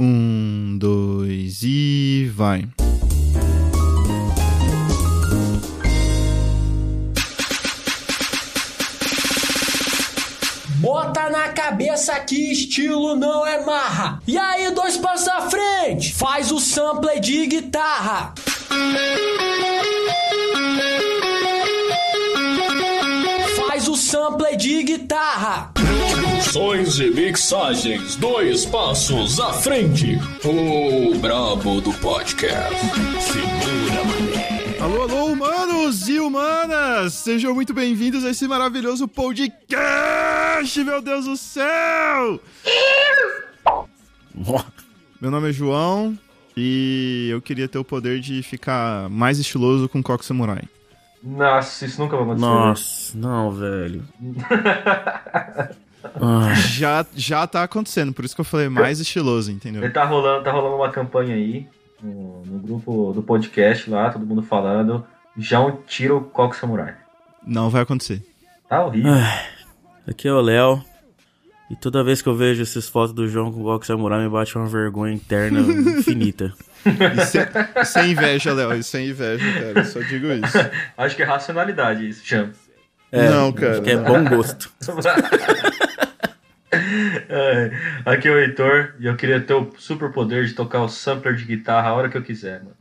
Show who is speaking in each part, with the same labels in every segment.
Speaker 1: Um, dois e vai.
Speaker 2: Bota na cabeça que estilo não é marra. E aí, dois passos à frente, faz o sample de guitarra. Faz o sample de guitarra.
Speaker 3: Sons e mixagens, dois passos à frente. O brabo do podcast. Segura, mané.
Speaker 1: Alô, alô, humanos e humanas! Sejam muito bem-vindos a esse maravilhoso podcast, meu Deus do céu! Meu nome é João e eu queria ter o poder de ficar mais estiloso com Coque Samurai.
Speaker 4: Nossa, isso nunca vai acontecer.
Speaker 5: Nossa, não, velho. Ai,
Speaker 1: Já, já tá acontecendo, por isso que eu falei mais estiloso, entendeu?
Speaker 4: Ele tá rolando, tá rolando uma campanha aí no, no grupo do podcast lá, todo mundo falando. Já um tiro o coque samurai.
Speaker 1: Não vai acontecer.
Speaker 4: Tá horrível.
Speaker 5: aqui é o Léo. E toda vez que eu vejo essas fotos do João com o Box Samurai, me bate uma vergonha interna infinita.
Speaker 1: Isso é, isso é inveja, Léo, isso é inveja, cara, eu só digo isso.
Speaker 4: Acho que é racionalidade isso, chama.
Speaker 5: É,
Speaker 1: Não, cara,
Speaker 5: Acho que é
Speaker 1: não.
Speaker 5: bom gosto.
Speaker 4: É, Aqui é o Heitor e eu queria ter o super poder de tocar o sampler de guitarra a hora que eu quiser, mano.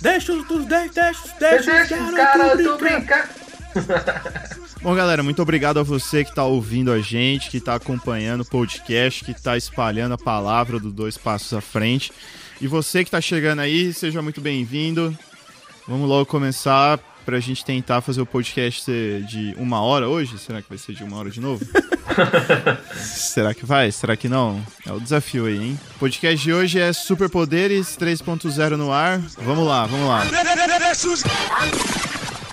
Speaker 5: Deixa os dos dez, deixa os dez, deixa os caras, eu tô brincando.
Speaker 1: Bom, galera, muito obrigado a você que tá ouvindo a gente, que tá acompanhando o podcast, que tá espalhando a palavra do Dois Passos à Frente. E você que tá chegando aí, seja muito bem-vindo. Vamos logo começar pra gente tentar fazer o podcast ser de uma hora hoje. Será que vai ser de uma hora de novo? Será que vai? Será que não? É o desafio aí, hein? O podcast de hoje é Superpoderes 3.0 no ar. Vamos lá, vamos lá.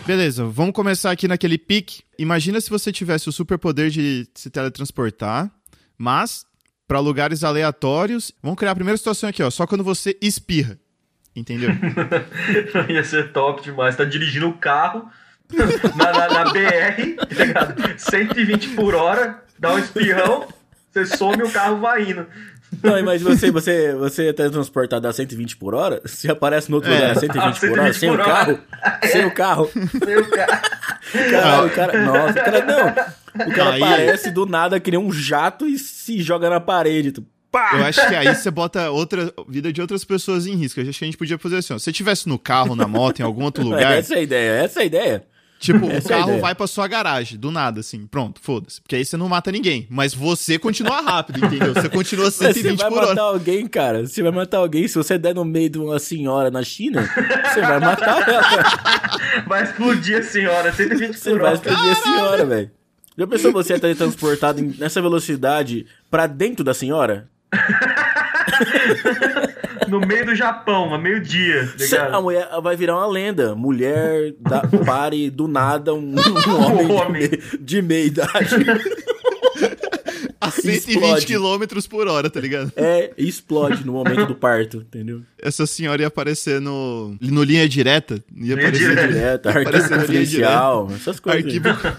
Speaker 1: Beleza, vamos começar aqui naquele pique. Imagina se você tivesse o superpoder de se teletransportar, mas pra lugares aleatórios. Vamos criar a primeira situação aqui, ó, só quando você espirra. Entendeu?
Speaker 4: Ia ser top demais. Tá dirigindo o carro na, na- na BR, tá ligado? 120 por hora, dá um espirrão, você some e o carro vai indo.
Speaker 5: Não, imagina você, você, você até transportado a 120 por hora, você aparece no outro
Speaker 1: É.
Speaker 5: lugar a 120,
Speaker 4: Ah,
Speaker 5: por hora,
Speaker 4: 120
Speaker 5: sem o
Speaker 4: por
Speaker 5: carro, sem o carro.
Speaker 4: Meu cara.
Speaker 5: Caralho, o cara. Nossa, o cara não. O cara
Speaker 1: Aí- é
Speaker 5: aparece do nada, que nem um jato e se joga na parede. tá Tu, pá!
Speaker 1: Eu acho que aí você bota outra vida de outras pessoas em risco. Eu acho que a gente podia fazer assim, ó. Se você tivesse no carro, na moto, em algum outro lugar,
Speaker 5: Essa é a ideia, essa é a ideia.
Speaker 1: tipo, o
Speaker 5: Essa é a
Speaker 1: carro
Speaker 5: ideia.
Speaker 1: vai pra sua garagem, do nada, assim, pronto, foda-se. Porque aí você não mata ninguém. Mas você continua rápido, entendeu? Você continua
Speaker 5: Mas você
Speaker 1: 120
Speaker 5: vai
Speaker 1: por
Speaker 5: matar
Speaker 1: hora.
Speaker 5: alguém, cara. Você vai matar alguém. Se você der no meio de uma senhora na China, você vai matar ela.
Speaker 4: Vai explodir assim, a senhora, 120
Speaker 5: Você
Speaker 4: por
Speaker 5: vai
Speaker 4: hora.
Speaker 5: explodir a senhora, velho. Já pensou você é teletransportado em- nessa velocidade pra dentro da senhora?
Speaker 4: No meio do Japão, a meio-dia, tá
Speaker 5: Cê- é a
Speaker 4: ligado?
Speaker 5: mulher vai virar uma lenda. Mulher da, pare do nada um, um homem, de
Speaker 4: homem.
Speaker 5: mei- de meia idade.
Speaker 1: A 120
Speaker 5: explode.
Speaker 1: km por hora, tá ligado?
Speaker 5: É, explode no momento do parto, entendeu?
Speaker 1: essa senhora ia aparecer no, no linha direta, ia aparecer
Speaker 4: Direta.
Speaker 1: direto.
Speaker 5: Direto, arquivo
Speaker 1: Aparecendo ali
Speaker 5: confidencial, essas coisas.
Speaker 1: né? Arquivo,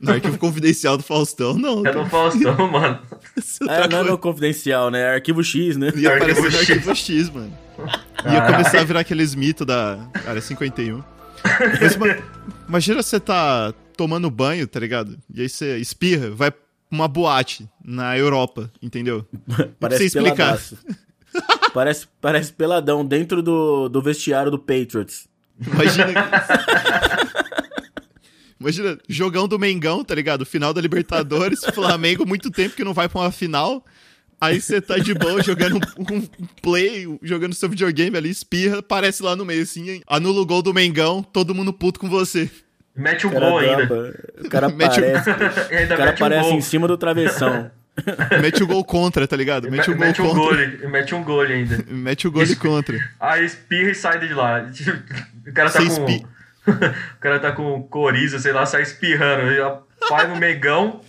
Speaker 1: no arquivo confidencial do Faustão, não.
Speaker 4: É
Speaker 1: cara.
Speaker 4: no Faustão, mano.
Speaker 1: Isso é outra
Speaker 5: É, não é
Speaker 1: coisa.
Speaker 5: no confidencial, né? É Arquivo X, né?
Speaker 1: Ia
Speaker 4: Arquivo
Speaker 1: aparecer no
Speaker 4: X. Ah.
Speaker 1: arquivo X, mano. Ia
Speaker 4: Caralho.
Speaker 1: começar a virar aqueles mitos da área 51. Mas, ima- imagina você tá tomando banho, tá ligado? E aí você espirra, vai pra uma boate na Europa, entendeu?
Speaker 5: Parece
Speaker 1: precisa explicar.
Speaker 5: peladaço. parece, parece peladão dentro do, do vestiário do Patriots.
Speaker 1: Imagina. Imagina, jogão do Mengão, tá ligado? Final da Libertadores, Flamengo, muito tempo que não vai pra uma final. Aí você tá de boa jogando um, um play, jogando seu videogame ali, espirra, aparece lá no meio assim, anula o gol do Mengão, todo mundo puto com você.
Speaker 4: Mete um
Speaker 5: O cara,
Speaker 4: gol ainda.
Speaker 5: dropa, o cara
Speaker 1: Mete o-
Speaker 5: aparece,
Speaker 4: Ainda
Speaker 5: o cara
Speaker 4: mete um
Speaker 5: aparece
Speaker 4: gol.
Speaker 5: em cima do travessão.
Speaker 1: Mete o gol contra, tá ligado? Mete o gol
Speaker 4: Mete um
Speaker 1: contra.
Speaker 4: gole, mete um gole ainda.
Speaker 1: Mete o gol de contra.
Speaker 4: Aí espirra e sai de lá. O cara tá
Speaker 1: Você
Speaker 4: com.
Speaker 1: espi-
Speaker 4: o cara tá com coriza, sei lá, sai espirrando. Já vai no um megão,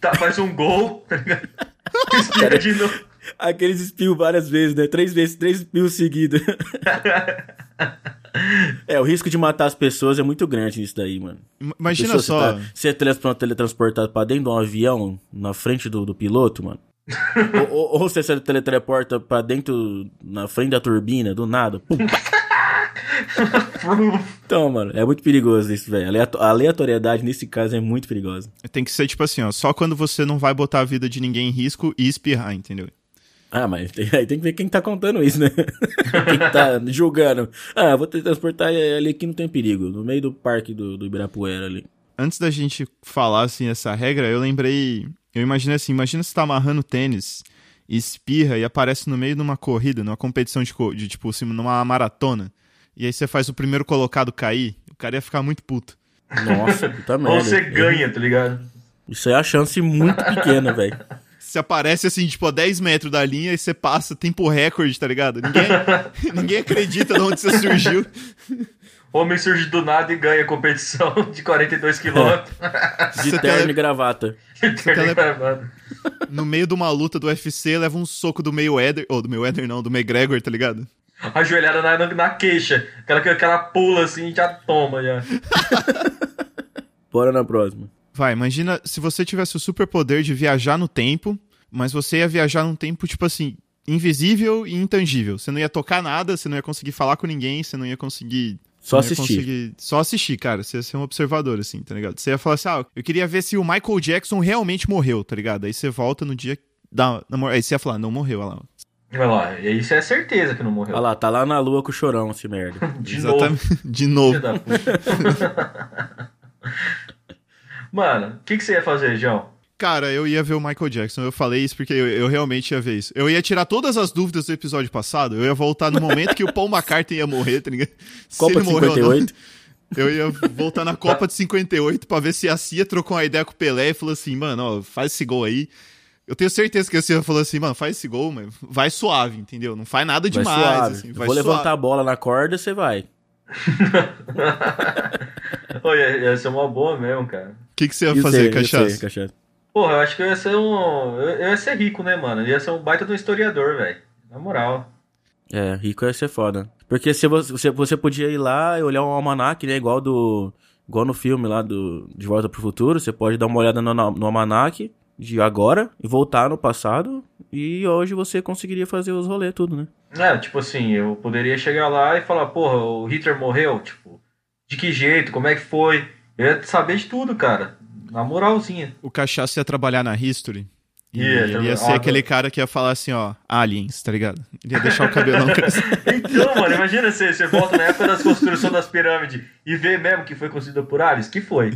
Speaker 4: tá- faz um gol, tá ligado? Espirra de novo.
Speaker 5: Aqueles espirros várias vezes, né? Três vezes, três espirros seguidos. É, o risco de matar as pessoas é muito grande nisso daí, mano.
Speaker 1: Im-
Speaker 5: A
Speaker 1: Imagina só.
Speaker 5: pessoa, Você, tá, você é teletran- teletransportado pra dentro de um avião, na frente do, do piloto, mano. ou, ou- ou você se teletransporta pra dentro, na frente da turbina, do nada. Pum. Então, mano, é muito perigoso isso, velho. Aleato- A aleatoriedade nesse caso é muito perigosa.
Speaker 1: Tem que ser tipo assim, ó. Só quando você não vai botar a vida de ninguém em risco e espirrar, entendeu?
Speaker 5: Ah, mas tem- aí tem que ver quem tá contando isso, né? quem tá julgando. Ah, vou teletransportar ali que não tem perigo, no meio do parque do, do Ibirapuera ali.
Speaker 1: Antes da gente falar assim essa regra, eu lembrei. Eu imaginei assim: imagina você tá amarrando tênis, espirra e aparece no meio de uma corrida, numa competição de, co- de tipo, assim, numa maratona. E aí você faz o primeiro colocado cair, o cara ia ficar muito puto.
Speaker 5: Nossa, puta merda.
Speaker 4: Ou você ganha, tá ligado?
Speaker 5: Isso é a chance muito pequena, velho.
Speaker 1: Você aparece assim, tipo, a 10 metros da linha e você passa tempo recorde, tá ligado? Ninguém, ninguém acredita de onde você surgiu.
Speaker 4: Homem surge do nada e ganha a competição de 42 quilômetros. Tá
Speaker 5: De
Speaker 1: Você
Speaker 5: terno
Speaker 1: tele-
Speaker 5: e gravata.
Speaker 1: tele-
Speaker 4: Gravado.
Speaker 1: No meio de uma luta do UFC, leva um soco do meio Éder. Ou do meio Éder não, do McGregor, tá ligado?
Speaker 4: Ajoelhada na, na, na queixa. Aquela que ela pula assim e já toma. Já.
Speaker 5: Bora na próxima.
Speaker 1: Vai, imagina se você tivesse o superpoder de viajar no tempo, mas você ia viajar num tempo, tipo assim, invisível e intangível. Você não ia tocar nada, você não ia conseguir falar com ninguém, você não ia conseguir.
Speaker 5: Só
Speaker 1: não ia
Speaker 5: assistir.
Speaker 1: conseguir- Só assistir, cara. Você ia ser um observador, assim, tá ligado? Você ia falar assim, ah, eu queria ver se o Michael Jackson realmente morreu, tá ligado? Aí você volta no dia. Da... na mor- Aí você ia falar, não morreu, olha lá.
Speaker 4: Vai lá, e isso é certeza que não morreu.
Speaker 5: Olha lá, tá lá na lua com o chorão, esse merda.
Speaker 4: De novo.
Speaker 1: Exatamente. De novo.
Speaker 4: filho da puta. Mano, o que, que você ia fazer, João?
Speaker 1: Cara, eu ia ver o Michael Jackson. Eu falei isso porque eu, eu realmente ia ver isso. Eu ia tirar todas as dúvidas do episódio passado. Eu ia voltar no momento que o Paul McCartney ia morrer, tá ligado? Se
Speaker 5: Copa
Speaker 1: ele
Speaker 5: de
Speaker 1: morreu ou não.
Speaker 5: 58.
Speaker 1: Eu ia voltar na Copa de 58 pra ver se a Cia trocou uma ideia com o Pelé e falou assim, mano, ó, faz esse gol aí. Eu tenho certeza que a Cia falou assim, mano, faz esse gol, mas vai suave, entendeu? Não faz nada
Speaker 5: Vai
Speaker 1: demais.
Speaker 5: suave.
Speaker 1: assim, vai
Speaker 5: Vou
Speaker 1: suave.
Speaker 5: levantar a bola na corda, você vai.
Speaker 4: Ô, ia, ia ser uma boa mesmo, cara.
Speaker 1: O que, que você ia
Speaker 5: E
Speaker 1: fazer,
Speaker 5: você, e
Speaker 1: Cachaça?
Speaker 5: você, Cachaça?
Speaker 4: Porra, eu acho que eu ia ser um. Eu, eu ia ser rico, né, mano? Eu ia ser um baita de um historiador, velho. Na moral.
Speaker 5: É, rico ia ser foda. Porque se você, você, você podia ir lá e olhar um almanac, né? Igual do. Igual no filme lá do De Volta pro Futuro, você pode dar uma olhada no, no almanac de agora e voltar no passado. E hoje você conseguiria fazer os rolês tudo, né?
Speaker 4: É, tipo assim, eu poderia chegar lá e falar, porra, o Hitler morreu, tipo, de que jeito, como é que foi? Eu ia saber de tudo, cara. Na moralzinha.
Speaker 1: O Cachaça ia trabalhar na History. E
Speaker 4: Ia,
Speaker 1: ele ia
Speaker 4: trabalhar-
Speaker 1: ser
Speaker 4: Ah,
Speaker 1: aquele cara que ia falar assim, ó, aliens, tá ligado? Ele ia deixar o cabelão crescer.
Speaker 4: Então, mano, imagina você, você volta na época das construções das pirâmides e vê mesmo que foi construída por aliens, que foi.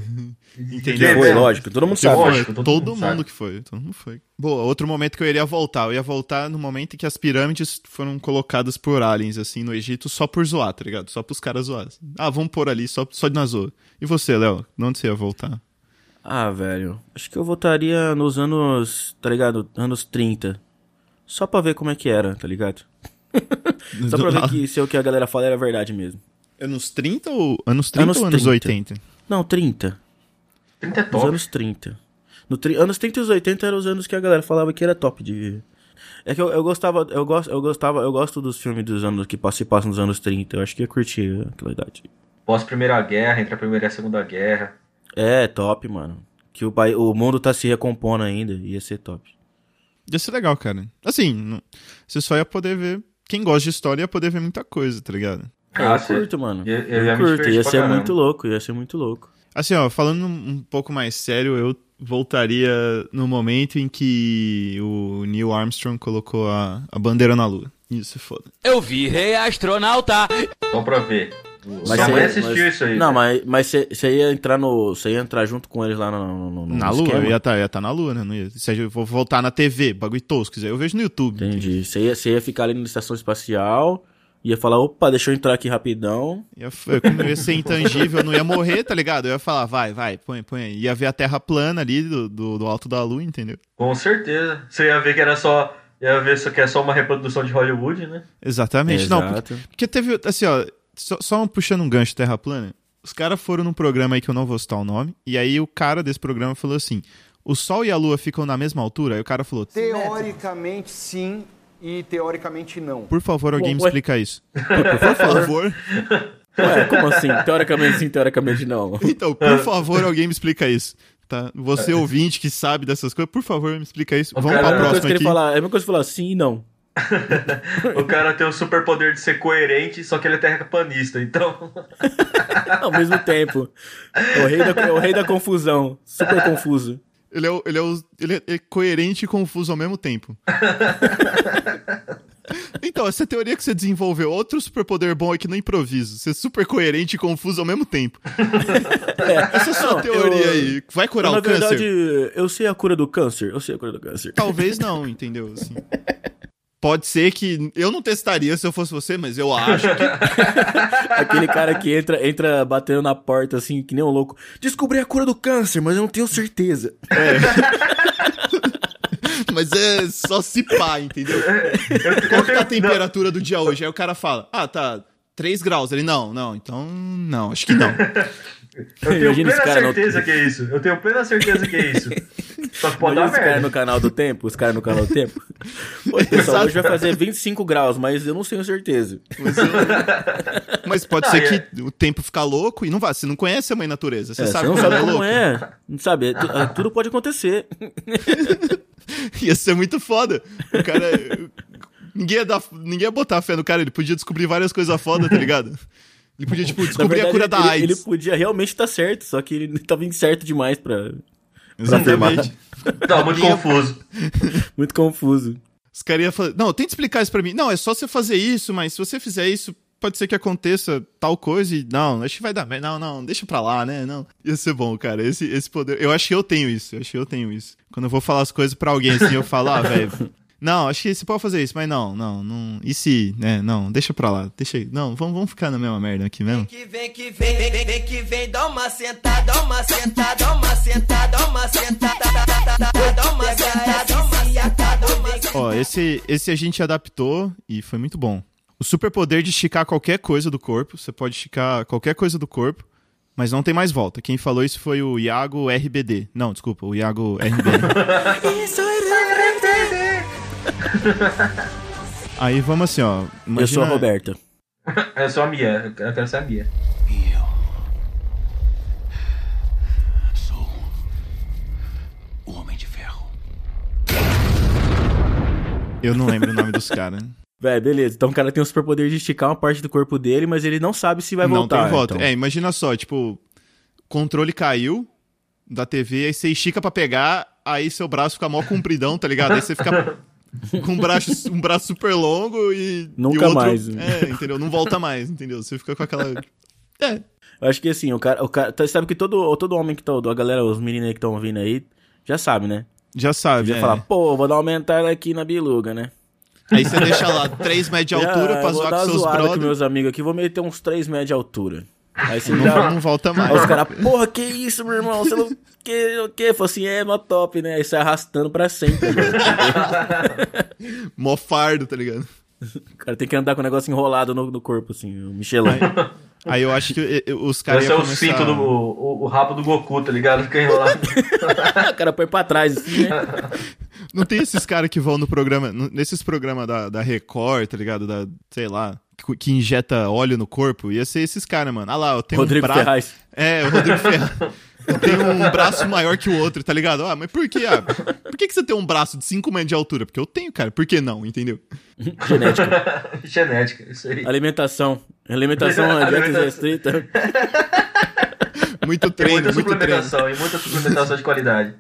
Speaker 1: Entendeu?
Speaker 4: Vê
Speaker 1: Foi,
Speaker 4: mesmo.
Speaker 5: todo mundo
Speaker 1: Que
Speaker 4: sabe.
Speaker 1: foi,
Speaker 4: Lógico,
Speaker 1: todo,
Speaker 4: todo
Speaker 1: mundo,
Speaker 4: mundo sabe.
Speaker 1: que foi, todo mundo foi. Boa, outro momento que eu iria voltar. Eu ia voltar no momento em que as pirâmides foram colocadas por aliens, assim, no Egito, só por zoar, tá ligado? Só pros caras zoar. Ah, vamos pôr ali, só, só na zoa. E você, Léo? De Onde você ia voltar?
Speaker 5: Ah, velho. Acho que eu votaria nos anos, tá ligado? Anos 30. Só pra ver como é que era, tá ligado? Só pra ver que se é o que a galera fala era verdade mesmo.
Speaker 1: Anos 30 ou anos 30
Speaker 5: Anos
Speaker 1: ou anos
Speaker 5: 30?
Speaker 1: 80?
Speaker 5: Não, 30.
Speaker 4: 30 é
Speaker 5: Nos
Speaker 4: top.
Speaker 5: anos 30. No tri- Anos 30 e os 80 eram os anos que a galera falava que era top de. É que eu, eu gostava, eu gosto, eu gostava, eu gosto dos filmes dos anos que passam, se passam nos anos 30. Eu acho que ia curtir aquela idade.
Speaker 4: Pós-Primeira Guerra, entre a Primeira e a Segunda Guerra.
Speaker 5: É, top, mano. Que o, pai, o mundo tá se recompondo ainda, ia ser top.
Speaker 1: Ia ser legal, cara. Assim, não- você só ia poder ver. Quem gosta de história ia poder ver muita coisa, tá ligado?
Speaker 4: Ah,
Speaker 5: Ah, eu
Speaker 4: sim.
Speaker 5: curto, mano.
Speaker 4: Eu-
Speaker 5: Eu,
Speaker 4: eu ia me
Speaker 5: curto,
Speaker 4: divertir
Speaker 5: ia
Speaker 4: pra
Speaker 5: ser
Speaker 4: caramba.
Speaker 5: muito louco, ia ser muito louco.
Speaker 1: Assim, ó, falando um um pouco mais sério, eu voltaria no momento em que o Neil Armstrong colocou a, a bandeira na lua. Isso é foda.
Speaker 6: Eu virei astronauta.
Speaker 4: Só pra ver.
Speaker 5: Mas
Speaker 4: Sua
Speaker 5: cê-
Speaker 4: mãe assistiu
Speaker 5: mas-
Speaker 4: isso aí.
Speaker 5: Não,
Speaker 4: né?
Speaker 5: mas mas você ia entrar no. Você ia entrar junto com eles lá no. no- no- no
Speaker 1: na lua?
Speaker 5: esquema?
Speaker 1: Eu ia estar na lua, né? Não ia. Se eu vou voltar na TV, bagulho tosco, isso aí eu vejo no YouTube.
Speaker 5: Entendi. Você ia, cê ia ficar ali na estação espacial, ia falar, opa, deixa eu entrar aqui rapidão.
Speaker 1: Ia, f- como eu ia ser intangível, eu não ia morrer, tá ligado? Eu ia falar, vai, vai, põe, põe aí. Ia ver a terra plana ali do, do, do alto da lua, entendeu?
Speaker 4: Com certeza. Você ia ver que era só. Ia ver só que é só uma reprodução de Hollywood, né?
Speaker 1: Exatamente. Não, porque-
Speaker 5: Exato.
Speaker 1: Porque teve, assim, ó, só, só puxando um gancho Terra Plana, os caras foram num programa aí que eu não vou citar o nome, e aí o cara desse programa falou assim: o Sol e a Lua ficam na mesma altura? Aí o cara falou:
Speaker 7: Teoricamente sim e teoricamente não.
Speaker 1: por favor, alguém me
Speaker 5: Ué.
Speaker 1: explica isso. Por favor.
Speaker 5: Ué, como assim? Teoricamente sim, teoricamente não.
Speaker 1: Então, por favor, alguém me explica isso. Tá? Você ouvinte que sabe dessas coisas, por favor, me explica isso. Vamos
Speaker 5: É a
Speaker 1: pra
Speaker 4: cara,
Speaker 5: mesma coisa que
Speaker 1: próxima
Speaker 5: ele
Speaker 1: aqui.
Speaker 5: falar, é a mesma coisa que falar sim e não.
Speaker 4: O cara tem o superpoder de ser coerente, só que ele é terraplanista, então.
Speaker 5: Ao mesmo tempo. É o rei da, é o rei da confusão. Super confuso.
Speaker 1: Ele é, o- ele, é o- ele é coerente e confuso ao mesmo tempo. então, essa teoria que você desenvolveu, outro superpoder bom é que no improviso, ser super coerente e confuso ao mesmo tempo.
Speaker 5: Essa
Speaker 1: Essa é teoria aí, vai curar
Speaker 5: É. na
Speaker 1: o câncer?
Speaker 5: verdade, eu sei a cura do câncer. Eu sei a cura do câncer.
Speaker 1: Talvez não, entendeu? Assim. Pode ser que eu não testaria se eu fosse você, mas eu acho que
Speaker 5: Aquele cara que entra, entra batendo na porta assim, que nem um louco. Descobri a cura do câncer, mas eu não tenho certeza.
Speaker 1: Mas é só se pá, entendeu?
Speaker 4: Eu,
Speaker 1: Qual que
Speaker 4: tenho-
Speaker 1: tá a temperatura do dia hoje? Aí o cara fala, ah, tá 3 graus. Ele, não, não, então não, acho que não.
Speaker 4: não, eu tenho
Speaker 5: Imagina esse
Speaker 4: plena
Speaker 5: cara na
Speaker 4: certeza que é isso. Eu tenho plena certeza que é isso. Só que pode
Speaker 5: Imagina
Speaker 4: dar
Speaker 5: os caras
Speaker 4: merda.
Speaker 5: no canal do tempo, os caras no canal do tempo. Oi, pessoal,
Speaker 1: Exato.
Speaker 5: hoje vai fazer 25 graus, mas eu não tenho certeza.
Speaker 1: Mas, eu- mas pode
Speaker 4: Ah,
Speaker 1: ser
Speaker 4: é.
Speaker 1: que o tempo fica louco e não vá. Você não conhece a mãe natureza, você
Speaker 5: É,
Speaker 1: sabe
Speaker 5: você não
Speaker 1: como
Speaker 5: sabe
Speaker 1: ela é
Speaker 5: como
Speaker 1: louca.
Speaker 5: é. Não sabe, é tu- é, tudo pode acontecer.
Speaker 1: Ia ser muito foda. O cara... Ninguém ia, dar, ninguém ia botar fé no cara, ele podia descobrir várias coisas foda, tá ligado? Ele podia, tipo,
Speaker 5: Na
Speaker 1: descobrir a cura da
Speaker 5: ele,
Speaker 1: AIDS.
Speaker 5: ele podia realmente estar certo, só que ele tava incerto demais pra.
Speaker 1: Exatamente.
Speaker 4: Tá muito confuso.
Speaker 5: Muito confuso.
Speaker 1: Os caras iam falar, não, tenta explicar isso pra mim. Não, é só você fazer isso, mas se você fizer isso, pode ser que aconteça tal coisa e não, acho que vai dar merda. Não, não, deixa pra lá, né? Não. Ia ser bom, cara. Esse, esse poder. Eu acho que eu tenho isso, eu acho que eu tenho isso. Quando eu vou falar as coisas pra alguém assim, eu falo, ah, velho. Não, acho que você pode fazer isso, mas não, não, não. E se, né? Não, deixa pra lá. Deixa aí. Não, vamos, vamos ficar na mesma merda aqui mesmo.
Speaker 7: Que vem, que vem, vem, vem, vem, que vem, dá uma sentada, dá uma sentada, dá uma sentada, dá uma sentada, tá, tá, tá, tá, dá uma sentada, dá uma sentada, dá uma sentada.
Speaker 1: Ó, esse, esse a gente adaptou e foi muito bom. O superpoder de esticar qualquer coisa do corpo. Você pode esticar qualquer coisa do corpo, mas não tem mais volta. Quem falou isso foi o Iago RBD. Não, desculpa, o Iago RBD. Aí vamos assim, ó.
Speaker 5: Eu sou a
Speaker 1: imagina-
Speaker 5: Roberta.
Speaker 4: É só a Mia. Eu quero ser a Mia.
Speaker 6: Sou o Homem de Ferro.
Speaker 1: Eu não lembro o nome dos caras. né?
Speaker 5: Véi, beleza. Então o cara tem o superpoder de esticar uma parte do corpo dele, mas ele não sabe se vai
Speaker 1: Não
Speaker 5: voltar.
Speaker 1: tem volta.
Speaker 5: então.
Speaker 1: É, imagina só, tipo, o controle caiu da TV, aí você estica pra pegar, aí seu braço fica mó compridão, tá ligado? Aí você fica com um braço, um braço super longo e.
Speaker 5: Nunca
Speaker 1: e o outro-
Speaker 5: mais.
Speaker 1: É, entendeu? Não volta mais, entendeu? Você fica com aquela. É.
Speaker 5: Eu acho que assim, o cara. O cara tá- sabe que todo, todo homem que tá. A galera, os meninos aí que estão ouvindo aí, já sabe, né?
Speaker 1: Já sabe.
Speaker 5: Já
Speaker 1: é.
Speaker 5: fala, pô, vou dar uma aumentada aqui na biluga, né?
Speaker 1: Aí você deixa lá 3 metros de altura
Speaker 5: Ah,
Speaker 1: pra
Speaker 5: vou
Speaker 1: zoar
Speaker 5: dar
Speaker 1: com
Speaker 5: uma
Speaker 1: seus
Speaker 5: zoada
Speaker 1: brothers.
Speaker 5: meus amigos aqui, vou meter uns 3 metros de altura. Aí você
Speaker 1: Não,
Speaker 5: já...
Speaker 1: não volta mais.
Speaker 5: Aí os caras, porra, que isso, meu irmão? Você não. Que, o que? Falou assim, é, mó top, né? Aí sai arrastando pra sempre. né?
Speaker 1: Mó fardo, tá ligado?
Speaker 5: o cara tem que andar com o negócio enrolado no, no corpo, assim, o Michelin.
Speaker 1: Aí eu acho que eh, eh, os caras.
Speaker 4: Esse é
Speaker 1: iam
Speaker 4: o
Speaker 1: começar-
Speaker 4: cinto do. O, o rabo do Goku, tá ligado? Fica enrolado.
Speaker 5: o cara põe pra trás, assim, né?
Speaker 1: Não tem esses caras que vão no programa, no- nesses programas da, da Record, tá ligado? Da, sei lá, que, que injeta óleo no corpo. Ia ser esses caras, mano. Ah lá, eu tenho
Speaker 5: Rodrigo
Speaker 1: um braço.
Speaker 5: Ferraz.
Speaker 1: É, o Rodrigo Ferraz. Eu tenho um braço maior que o outro, tá ligado? Ah, mas por que? Ah, por que, que você tem um braço de 5 metros de altura? Porque eu tenho, cara. Por que não? Entendeu?
Speaker 5: Genética.
Speaker 4: Genética, isso aí.
Speaker 5: Alimentação. Alimentação, é dieta
Speaker 4: Alimentação.
Speaker 5: restrita.
Speaker 1: Muito
Speaker 4: E
Speaker 1: treino,
Speaker 4: muita
Speaker 1: muito treino.
Speaker 4: suplementação, e muita suplementação de qualidade.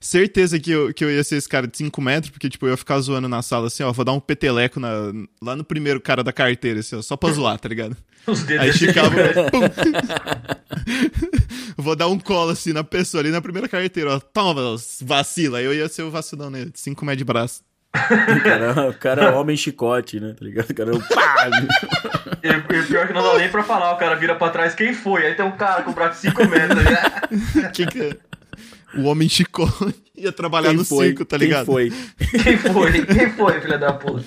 Speaker 1: Certeza que eu, que eu ia ser esse cara de 5 metros, porque, tipo, eu ia ficar zoando na sala assim, ó, vou dar um peteleco na- lá no primeiro cara da carteira, assim, ó, só pra zoar, tá ligado?
Speaker 4: Os dedos
Speaker 1: Aí
Speaker 4: desse
Speaker 1: esticava.
Speaker 4: jeito.
Speaker 1: pum. Vou dar um colo assim na pessoa ali na primeira carteira, ó. Toma, vacila. Eu ia ser o vacilão, né? 5 metros de braço.
Speaker 5: O cara, o cara é homem chicote, né? Tá ligado? O cara é um pá!
Speaker 4: E, e pior é que não dá nem pra falar, o cara vira pra trás quem foi. Aí tem um cara com o braço de 5 metros, né?
Speaker 1: Quem que é? O homem chicou ia trabalhar
Speaker 5: Quem
Speaker 1: no
Speaker 5: foi?
Speaker 1: circo, tá
Speaker 5: Quem
Speaker 1: ligado?
Speaker 5: foi?
Speaker 4: Quem foi? Quem foi, filha da puta?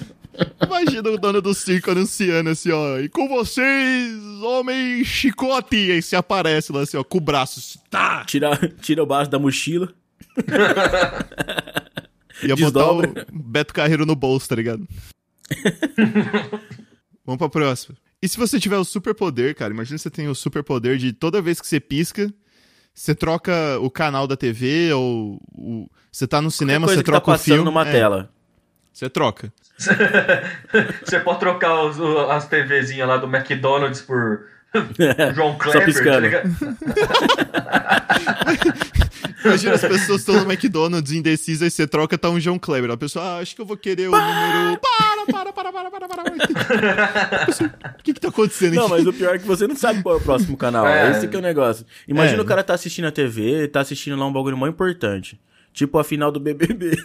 Speaker 1: Imagina o dono do circo anunciando assim, ó. E com vocês, homem chicote. E aí se aparece lá assim, ó, com o braço. assim, Tá!
Speaker 5: Tira, tira o braço da mochila.
Speaker 1: Ia
Speaker 5: Desdobra.
Speaker 1: botar o Beto Carreiro no bolso, tá ligado? Vamos pra próxima. E se você tiver o superpoder, cara, imagina você tem o superpoder de toda vez que você pisca, você troca o canal da TV ou o- você tá no cinema,
Speaker 5: coisa
Speaker 1: você
Speaker 5: que tá
Speaker 1: troca o
Speaker 5: passando
Speaker 1: filme.
Speaker 5: numa
Speaker 1: é,
Speaker 5: tela.
Speaker 1: Você troca.
Speaker 4: Você pode trocar os- o- as TVzinhas lá do McDonald's por João
Speaker 5: Só
Speaker 4: Kleber, tá
Speaker 5: piscando.
Speaker 4: ligado?
Speaker 1: Imagina as pessoas estão no McDonald's indecisas e você troca, tá um João Kleber. A pessoa, ah, acho que eu vou querer o número. Para, para, para, para, para, para. para. Pessoa, O que que tá acontecendo
Speaker 5: Não,
Speaker 1: aqui?
Speaker 5: mas o pior é que você não sabe qual é o próximo canal. É.
Speaker 4: É.
Speaker 5: Esse que é o negócio. Imagina
Speaker 1: É.
Speaker 5: o cara tá assistindo a TV, tá assistindo lá um bagulho mó importante. Tipo a final do BBB.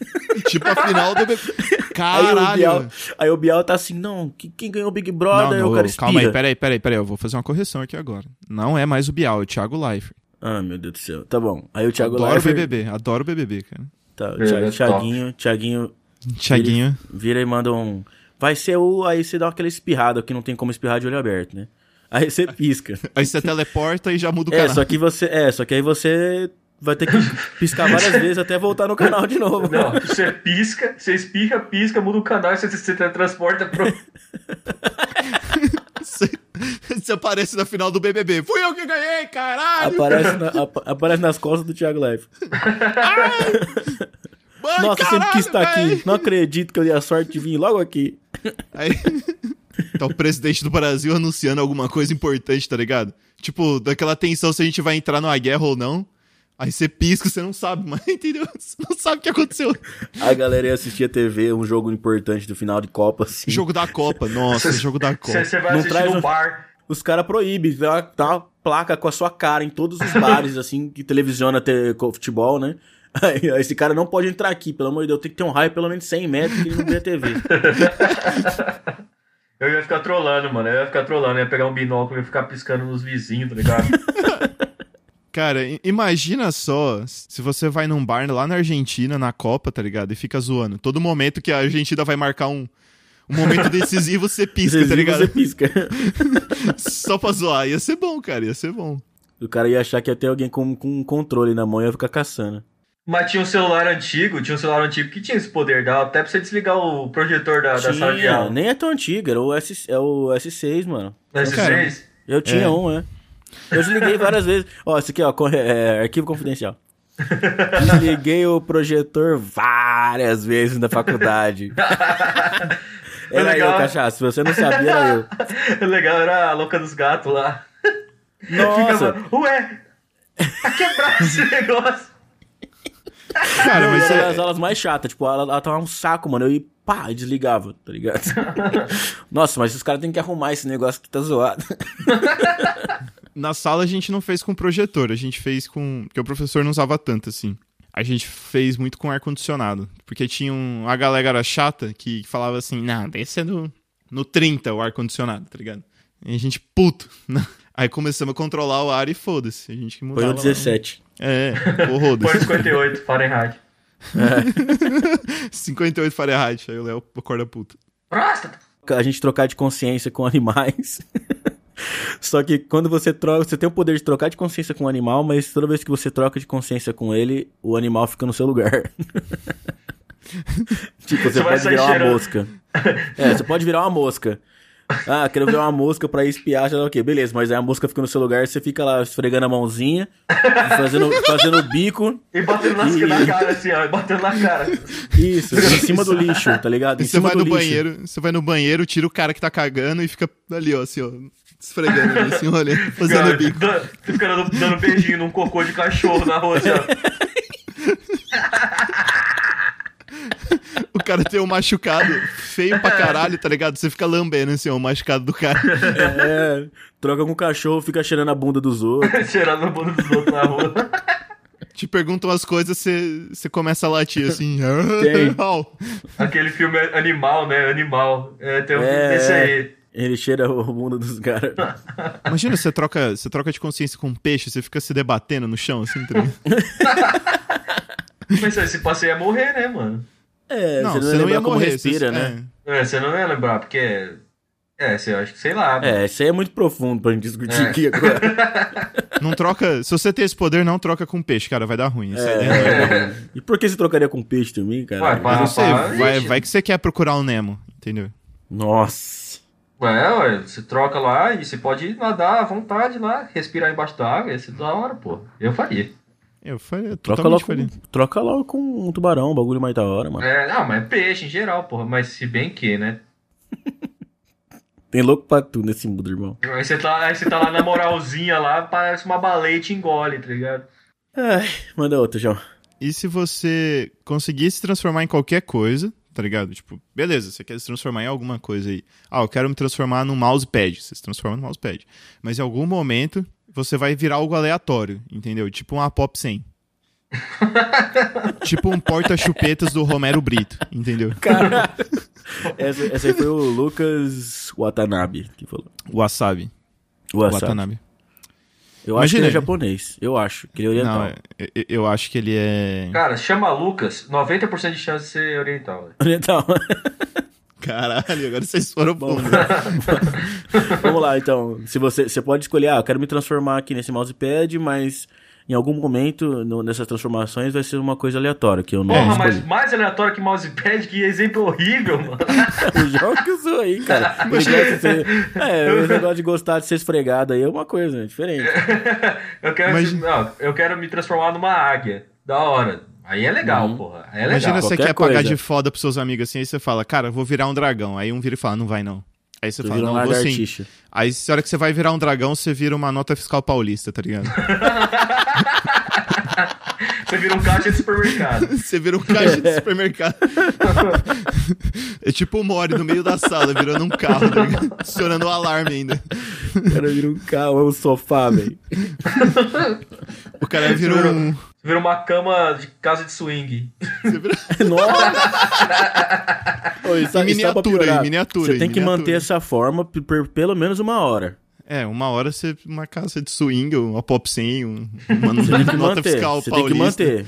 Speaker 1: Tipo, a final do. be-
Speaker 5: Aí o, Bial,
Speaker 1: Caralho.
Speaker 5: aí o Bial tá assim, não, que- quem ganhou o Big Brother? Aí o cara
Speaker 1: calma aí,
Speaker 5: expira.
Speaker 1: peraí, peraí, peraí. Eu vou fazer uma correção aqui agora. Não é mais o Bial, é o Thiago Life.
Speaker 5: Ah, meu Deus do céu. Tá bom. Aí o Thiago
Speaker 1: Adoro o
Speaker 5: Leifert-
Speaker 1: BBB, adoro o BBB, cara.
Speaker 5: Tá, o
Speaker 4: É,
Speaker 5: Thi-
Speaker 4: é
Speaker 5: Thiaguinho, Thiaguinho
Speaker 1: Thiaguinho.
Speaker 5: vira e manda um. Vai ser o. Aí você dá aquela espirrada, que não tem como espirrar de olho aberto, né? Aí você pisca.
Speaker 1: Aí você teleporta e já muda o
Speaker 5: É,
Speaker 1: canal.
Speaker 5: só que você. É, só que aí você vai ter que piscar várias vezes até voltar no canal de novo.
Speaker 4: Não, você pisca, você espirra, pisca, muda o canal e você se transporta pro.
Speaker 1: Você, você aparece na final do BBB. Fui eu que ganhei, caralho!
Speaker 5: Aparece, na- apa- aparece nas costas do Thiago Life.
Speaker 1: Mãe,
Speaker 5: Nossa,
Speaker 1: caralho,
Speaker 5: sempre quis estar
Speaker 1: véi!
Speaker 5: aqui. Não acredito que eu dei a sorte de vir logo aqui.
Speaker 1: Aí... Tá o presidente do Brasil anunciando alguma coisa importante, tá ligado? Tipo, daquela tensão se a gente vai entrar numa guerra ou não. Aí você pisca, você não sabe, mas entendeu? Você não sabe o que aconteceu.
Speaker 5: A galera ia assistir a TV, um jogo importante do final de Copa, assim.
Speaker 1: Jogo da Copa, nossa, jogo da
Speaker 4: Você
Speaker 1: Copa.
Speaker 4: você vai
Speaker 5: Não
Speaker 4: assistir
Speaker 5: traz
Speaker 4: no
Speaker 5: um-
Speaker 4: bar.
Speaker 5: Os caras proíbem, dá uma, dá uma placa com a sua cara em todos os bares, assim, que televisiona até co- futebol, né? Aí, aí esse cara não pode entrar aqui, pelo amor de Deus, tem que ter um raio pelo menos 100 metros que ele não vê a TV.
Speaker 4: Eu ia ficar trolando, mano. Eu ia ficar trolando, eu ia pegar um binóculo e ia ficar piscando nos vizinhos, tá ligado?
Speaker 1: Cara, i- imagina só se você vai num bar lá na Argentina, na Copa, tá ligado? E fica zoando. Todo momento que a Argentina vai marcar um, um momento decisivo, você pisca,
Speaker 5: Você
Speaker 1: tá
Speaker 5: liga,
Speaker 1: ligado?
Speaker 5: você pisca.
Speaker 1: Só pra zoar. Ia ser bom, cara, ia ser bom.
Speaker 5: O cara ia achar que ia ter alguém com, com um controle na mão e ia ficar caçando.
Speaker 4: Mas tinha um celular antigo, tinha um celular antigo que tinha esse poder, dava até pra você desligar o projetor da, da sala de
Speaker 5: Tinha,
Speaker 4: aula.
Speaker 5: nem é tão antigo, era o, S, é o S6, mano.
Speaker 4: S6?
Speaker 5: Eu tinha
Speaker 1: É.
Speaker 5: um, né? Eu desliguei várias vezes. Ó, isso aqui, ó, co- é, arquivo confidencial. Desliguei o projetor várias vezes na faculdade. era
Speaker 4: É Legal. É
Speaker 5: eu, cachaça. Se você não sabia, era eu.
Speaker 4: Legal, era a louca dos gatos lá.
Speaker 5: Nossa,
Speaker 4: Ficava, ué, tá quebrado esse negócio.
Speaker 1: Cara, mas
Speaker 5: era
Speaker 1: é,
Speaker 5: as aulas mais chatas. Tipo, ela, ela tava um saco, mano. Eu ia, pá, e desligava, tá ligado? Nossa, mas os caras têm que arrumar esse negócio que tá zoado.
Speaker 1: na sala a gente não fez com projetor, a gente fez com. Porque o professor não usava tanto assim. A gente fez muito com ar-condicionado. Porque tinha um... a galera chata que falava assim: não, deixa no, no 30 o ar-condicionado, tá ligado? E a gente, puto. né? Aí começamos a controlar o ar e foda-se. A gente que
Speaker 5: Foi
Speaker 1: mudava.
Speaker 5: o
Speaker 1: lá.
Speaker 5: 17.
Speaker 1: É, o
Speaker 4: Foi
Speaker 1: rodas.
Speaker 4: 58, Fahrenheit.
Speaker 1: 58 Fahrenheit. Aí o Léo acorda puto.
Speaker 4: Próstata!
Speaker 5: a gente trocar de consciência com animais. Só que quando você troca, você tem o poder de trocar de consciência com o animal, mas toda vez que você troca de consciência com ele, o animal fica no seu lugar. tipo, você,
Speaker 4: Você vai
Speaker 5: pode
Speaker 4: sair
Speaker 5: virar uma
Speaker 4: cheirando.
Speaker 5: mosca. É, você pode virar uma mosca. Ah, quero virar uma mosca pra espiar, sei lá o quê. Beleza, mas aí a mosca fica no seu lugar, você fica lá esfregando a mãozinha, fazendo, fazendo o bico.
Speaker 4: E batendo na,
Speaker 5: Ih.
Speaker 4: na cara assim, ó, e batendo na cara.
Speaker 5: Isso, em cima do lixo, tá ligado? Em
Speaker 1: E você
Speaker 5: cima
Speaker 1: vai
Speaker 5: do
Speaker 1: no
Speaker 5: lixo.
Speaker 1: banheiro, você vai no banheiro, tira o cara que tá cagando e fica ali, ó, assim, ó, esfregando ali, assim, olhando, fazendo
Speaker 4: Cara,
Speaker 1: bico.
Speaker 4: dan- Fica dando, dando beijinho num cocô de cachorro na rua, assim, ó.
Speaker 1: O cara tem um machucado feio pra caralho, tá ligado? Você fica lambendo assim, ó, o machucado do cara.
Speaker 5: É, troca com o cachorro, fica cheirando a bunda dos outros.
Speaker 4: cheirando a bunda dos outros na rua.
Speaker 1: Te perguntam as coisas, você, você começa a latir assim.
Speaker 5: Tem.
Speaker 1: Au.
Speaker 4: Aquele filme animal, né? Animal. É, tem um filme
Speaker 5: É,
Speaker 4: desse
Speaker 5: é.
Speaker 4: aí.
Speaker 5: Ele cheira o mundo dos caras.
Speaker 1: Imagina, você troca, você troca de consciência com um peixe, você fica se debatendo no chão, assim, tá ligado?
Speaker 4: Mas esse passeio ia morrer, né, mano?
Speaker 5: É,
Speaker 1: Não,
Speaker 5: você não,
Speaker 1: você não
Speaker 5: lembra
Speaker 1: ia
Speaker 5: como
Speaker 1: morrer.
Speaker 5: respira,
Speaker 1: você-
Speaker 5: né?
Speaker 4: É, você não ia lembrar, porque. é- É, você acha que sei lá. mano.
Speaker 5: É, isso aí é muito profundo pra gente discutir
Speaker 4: É.
Speaker 5: aqui agora.
Speaker 1: é, não troca. Se você tem esse poder, não troca com um peixe, cara, vai dar ruim. Isso aí, né?
Speaker 4: É.
Speaker 5: E por que você trocaria com peixe também, cara?
Speaker 4: Ué, pá.
Speaker 1: Não sei,
Speaker 4: Rapaz,
Speaker 1: vai,
Speaker 4: ixi.
Speaker 1: vai que você quer procurar o Nemo, entendeu?
Speaker 5: Nossa.
Speaker 4: É, ué, você troca lá e você pode nadar à vontade lá, respirar embaixo da água, ia ser da hora, pô. Eu faria.
Speaker 1: Eu falei, é
Speaker 5: Troca logo,
Speaker 1: totalmente
Speaker 5: com, um
Speaker 1: diferente.
Speaker 5: troca logo com um tubarão, um bagulho mais da hora, mano.
Speaker 4: É, não, mas é peixe em geral, porra. Mas se bem que, né?
Speaker 5: Tem louco pra tudo nesse mundo, irmão.
Speaker 4: Aí você tá, aí você tá lá na moralzinha lá, parece uma baleia e te engole, tá ligado?
Speaker 5: Ai, manda outro, João.
Speaker 1: E se você conseguir se transformar em qualquer coisa, tá ligado? Tipo, beleza, você quer se transformar em alguma coisa aí. Ah, eu quero me transformar num mousepad. Você se transforma no mousepad. Mas em algum momento, você vai virar algo aleatório, entendeu? Tipo uma pop 100. tipo um porta-chupetas do Romero Brito, entendeu?
Speaker 5: Essa, essa aí foi o Lucas Watanabe que falou.
Speaker 1: Wasabi.
Speaker 5: Watanabe.
Speaker 1: Watanabe.
Speaker 5: Eu acho que ele é
Speaker 1: Imagina.
Speaker 5: japonês. Eu acho. Que ele é oriental.
Speaker 1: Não, é- eu, eu acho que ele é.
Speaker 4: Cara, chama Lucas, 90% de chance de ser oriental.
Speaker 1: é.
Speaker 4: velho.
Speaker 5: Oriental.
Speaker 1: Caralho, agora vocês foram bom.
Speaker 5: Vamos lá, então. Se você, você pode escolher, ah, eu quero me transformar aqui nesse mousepad, mas em algum momento no- nessas transformações vai ser uma coisa aleatória, que eu
Speaker 1: É,
Speaker 5: não
Speaker 4: Porra,
Speaker 5: escolhi.
Speaker 4: mas mais aleatório que mousepad, que exemplo horrível, mano.
Speaker 5: O João que usou aí, cara. Ele gosta de ser- É, o negócio de gostar de ser esfregado aí é uma coisa né, diferente.
Speaker 4: Eu quero,
Speaker 1: Mas-
Speaker 4: não, eu quero me transformar numa águia. Da hora. Aí é legal, porra. Aí é legal.
Speaker 1: Uhum. Imagina você
Speaker 5: Qualquer
Speaker 1: quer pagar
Speaker 5: coisa.
Speaker 1: de foda pros seus amigos assim, aí você fala, cara, eu vou virar um dragão. Aí um vira e fala, não vai não. Aí você
Speaker 5: Tu
Speaker 1: fala,
Speaker 5: vira um
Speaker 1: não, eu vou sim.
Speaker 5: lagartixa.
Speaker 1: Aí na hora que você vai virar um dragão, você vira uma nota fiscal paulista, tá ligado?
Speaker 4: Você vira um caixa de supermercado.
Speaker 1: você vira um caixa de supermercado. é tipo o Mori no meio da sala, virando um carro, tá ligado? Acionando o alarme ainda.
Speaker 5: O cara vira um carro, é um sofá, velho.
Speaker 1: O cara virou um...
Speaker 4: Você vira uma cama de casa de swing.
Speaker 1: Você vira-
Speaker 5: Nossa! Ô, isso- isso tá pra
Speaker 1: miniatura,
Speaker 5: piorar.
Speaker 1: em miniatura,
Speaker 5: Você tem
Speaker 1: em
Speaker 5: que
Speaker 1: miniatura.
Speaker 5: manter essa forma p- por pelo menos uma hora.
Speaker 1: É, uma hora você... Uma casa de swing, uma pop 100, um- uma
Speaker 5: Você tem que
Speaker 1: nota
Speaker 5: manter.
Speaker 1: fiscal
Speaker 5: Você tem
Speaker 1: paulista.
Speaker 5: que manter.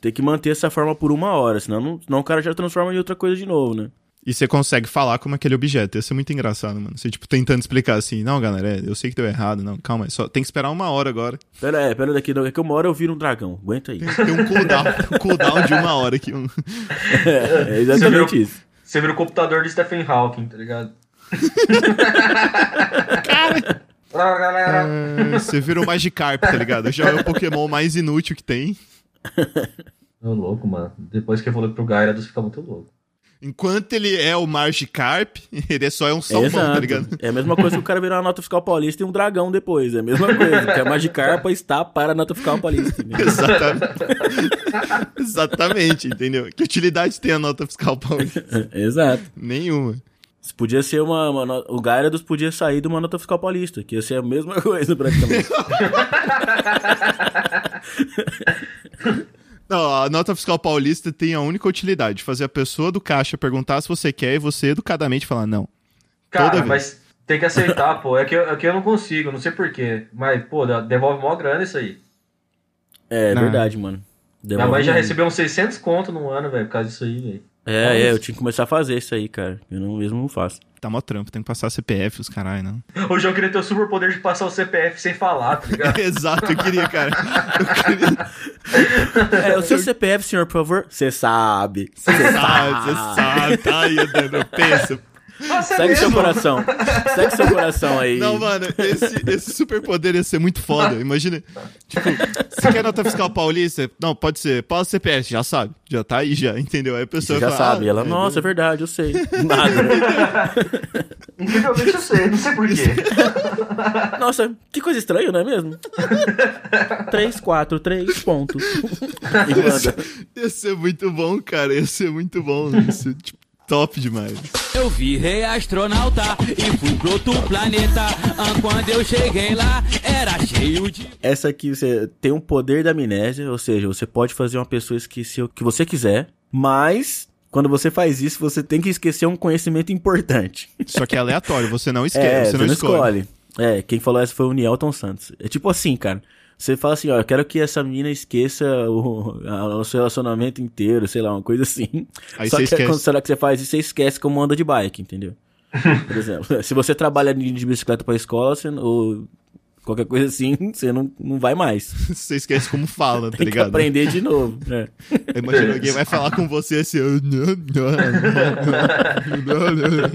Speaker 5: Tem que manter essa forma por uma hora, senão, não, senão o cara já transforma em outra coisa de novo, né?
Speaker 1: E você consegue falar como aquele objeto. Ia ser muito engraçado, mano. Você, tipo, tentando explicar assim, não, galera, é, eu sei que deu errado, não, calma, é só tem que esperar uma hora agora.
Speaker 5: Pera aí, pera daqui, daqui uma hora eu viro um dragão. Aguenta aí.
Speaker 1: Tem um cooldown, um cooldown de uma hora aqui. um-
Speaker 5: É, é
Speaker 4: Você
Speaker 5: exatamente
Speaker 4: viu?
Speaker 5: isso.
Speaker 4: Você vira o computador de Stephen Hawking, tá ligado? Cara!
Speaker 1: É, você vira o Magikarp, tá ligado? Já é o Pokémon mais inútil que tem. É.
Speaker 4: Tô louco, mano. Depois que eu falei pro Gyarados, fica muito louco.
Speaker 1: Enquanto ele é o Magikarp, ele é só é um
Speaker 5: É,
Speaker 1: salmão,
Speaker 5: exato.
Speaker 1: tá ligado?
Speaker 5: é a mesma coisa que o cara virar uma nota fiscal paulista e um dragão depois. É a mesma coisa. Porque a Magikarpa está para a nota fiscal paulista. entendeu?
Speaker 1: Exatamente. Exatamente, entendeu? Que utilidade tem a nota fiscal paulista?
Speaker 5: É, Exato.
Speaker 1: Nenhuma.
Speaker 5: Isso podia ser uma. uma no- o Gyarados podia sair de uma nota fiscal paulista, que ia ser a mesma coisa praticamente.
Speaker 1: Não, a nota fiscal paulista tem a única utilidade: fazer a pessoa do caixa perguntar se você quer e você educadamente falar não.
Speaker 4: Cara,
Speaker 1: Toda
Speaker 4: mas tem que aceitar, pô. É que, eu, é que eu não consigo, não sei porquê. Mas, pô, dá- devolve mó grana isso aí.
Speaker 5: É, é
Speaker 1: Não.
Speaker 5: verdade, mano.
Speaker 4: Minha
Speaker 5: Devolve
Speaker 4: mãe já
Speaker 5: mesmo.
Speaker 4: recebeu uns 600 conto no ano, velho, por causa disso aí, velho.
Speaker 5: É, é, eu tinha que começar a fazer isso aí, cara. Eu não, mesmo não faço.
Speaker 1: Tá mó trampo, tem que passar CPF, os caralho, não.
Speaker 4: O João queria ter o superpoder de passar o CPF sem falar, tá ligado?
Speaker 1: Exato, eu queria, cara. Eu queria.
Speaker 5: É, o seu CPF, senhor, por favor. Você sabe.
Speaker 1: Você sabe, você sabe. Tá aí, Adriano, pensa.
Speaker 4: Nossa,
Speaker 5: Segue seu coração. Segue seu coração aí.
Speaker 1: Não, mano, esse, esse superpoder ia ser muito foda. Imagina. Tipo, você quer nota fiscal paulista? Não, pode ser. Passa o CPF, já sabe. Já tá aí, já, entendeu? Aí a
Speaker 5: Você
Speaker 1: pessoa
Speaker 5: já
Speaker 1: fala,
Speaker 5: sabe.
Speaker 1: ah,
Speaker 5: Ela,
Speaker 1: é,
Speaker 5: nossa, é verdade, eu sei. Nada.
Speaker 4: Incrivelmente Um eu sei, não sei porquê.
Speaker 5: Nossa, que coisa estranha, não é mesmo? 3, 4, 3 pontos. E manda.
Speaker 1: Ia ser muito bom, cara. Ia ser muito bom. Ia ser, tipo, top demais.
Speaker 8: Eu virei astronauta e fui pro outro planeta. Ah, Quando eu cheguei lá, era cheio de.
Speaker 5: Essa aqui, você tem um poder da amnésia, ou seja, você pode fazer uma pessoa esquecer o que você quiser, mas quando você faz isso, você tem que esquecer um conhecimento importante.
Speaker 1: Só que é aleatório, você não esquece,
Speaker 5: É,
Speaker 1: você, não escolhe.
Speaker 5: É, quem falou essa foi o Nielton Santos. É tipo assim, cara. Você fala assim, ó, eu quero que essa menina esqueça o, a- o seu relacionamento inteiro, sei lá, uma coisa assim.
Speaker 1: Aí você
Speaker 5: Só que
Speaker 1: esquece.
Speaker 5: quando será que você faz isso, você esquece como anda de bike, entendeu? Por exemplo, se você trabalha de de bicicleta pra escola, você, ou Qualquer coisa assim, você não, não vai mais.
Speaker 1: Você esquece como fala, tá
Speaker 5: Tem que
Speaker 1: ligado?
Speaker 5: aprender de novo. né?
Speaker 1: Imagina alguém vai falar com você assim. "Ah, não, não, não, não, não."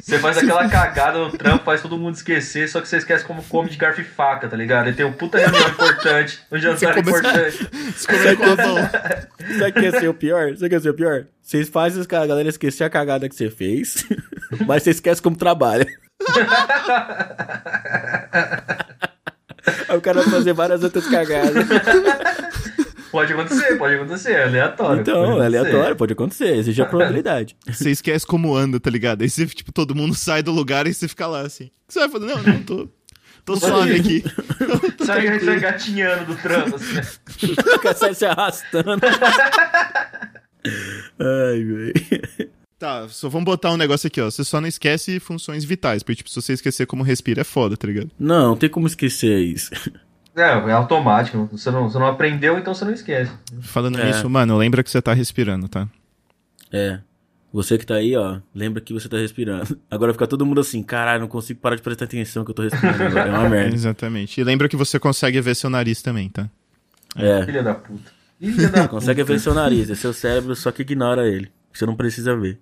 Speaker 4: Você faz aquela cagada no trampo, faz todo mundo esquecer, só que você esquece como come de garfo e faca, tá ligado? Ele tem um puta reunião importante, um jantar
Speaker 1: Você começa-
Speaker 4: importante.
Speaker 1: Você começa com a mão.
Speaker 5: Sabe o que ia ser o pior? Sabe o que ia ser o pior? Vocês fazem a galera esquecer a cagada que você fez, mas você esquece como trabalha. Aí o cara vai fazer várias outras cagadas.
Speaker 4: Pode acontecer, pode acontecer, é aleatório.
Speaker 5: Então,
Speaker 4: pode
Speaker 5: é aleatório,
Speaker 4: acontecer.
Speaker 5: pode acontecer, exige a probabilidade.
Speaker 1: Você esquece como anda, tá ligado? Aí você, tipo, todo mundo sai do lugar e você fica lá assim. O que você vai fazer? Não, não, tô. Tô suave aqui.
Speaker 4: Sai, sai gatinhando do trampo, assim.
Speaker 5: Fica sai se arrastando. Ai, velho.
Speaker 1: Tá, só vamos botar um negócio aqui, ó. Você só não esquece funções vitais, porque, tipo, se você esquecer como respira, é foda, tá ligado?
Speaker 5: Não, não tem como esquecer isso.
Speaker 4: É, é automático. Você não, você não aprendeu, então você não esquece.
Speaker 1: Falando
Speaker 5: É.
Speaker 1: nisso, mano, lembra que você tá respirando, tá?
Speaker 5: É. Você que tá aí, ó, lembra que você tá respirando. Agora fica todo mundo assim, caralho, não consigo parar de prestar atenção que eu tô respirando agora. É uma merda.
Speaker 1: Exatamente. E lembra que você consegue ver seu nariz também, tá?
Speaker 5: É.
Speaker 4: Filha da puta. Filha da puta.
Speaker 5: Consegue ver seu nariz, é seu cérebro, só que ignora ele. Você não precisa ver.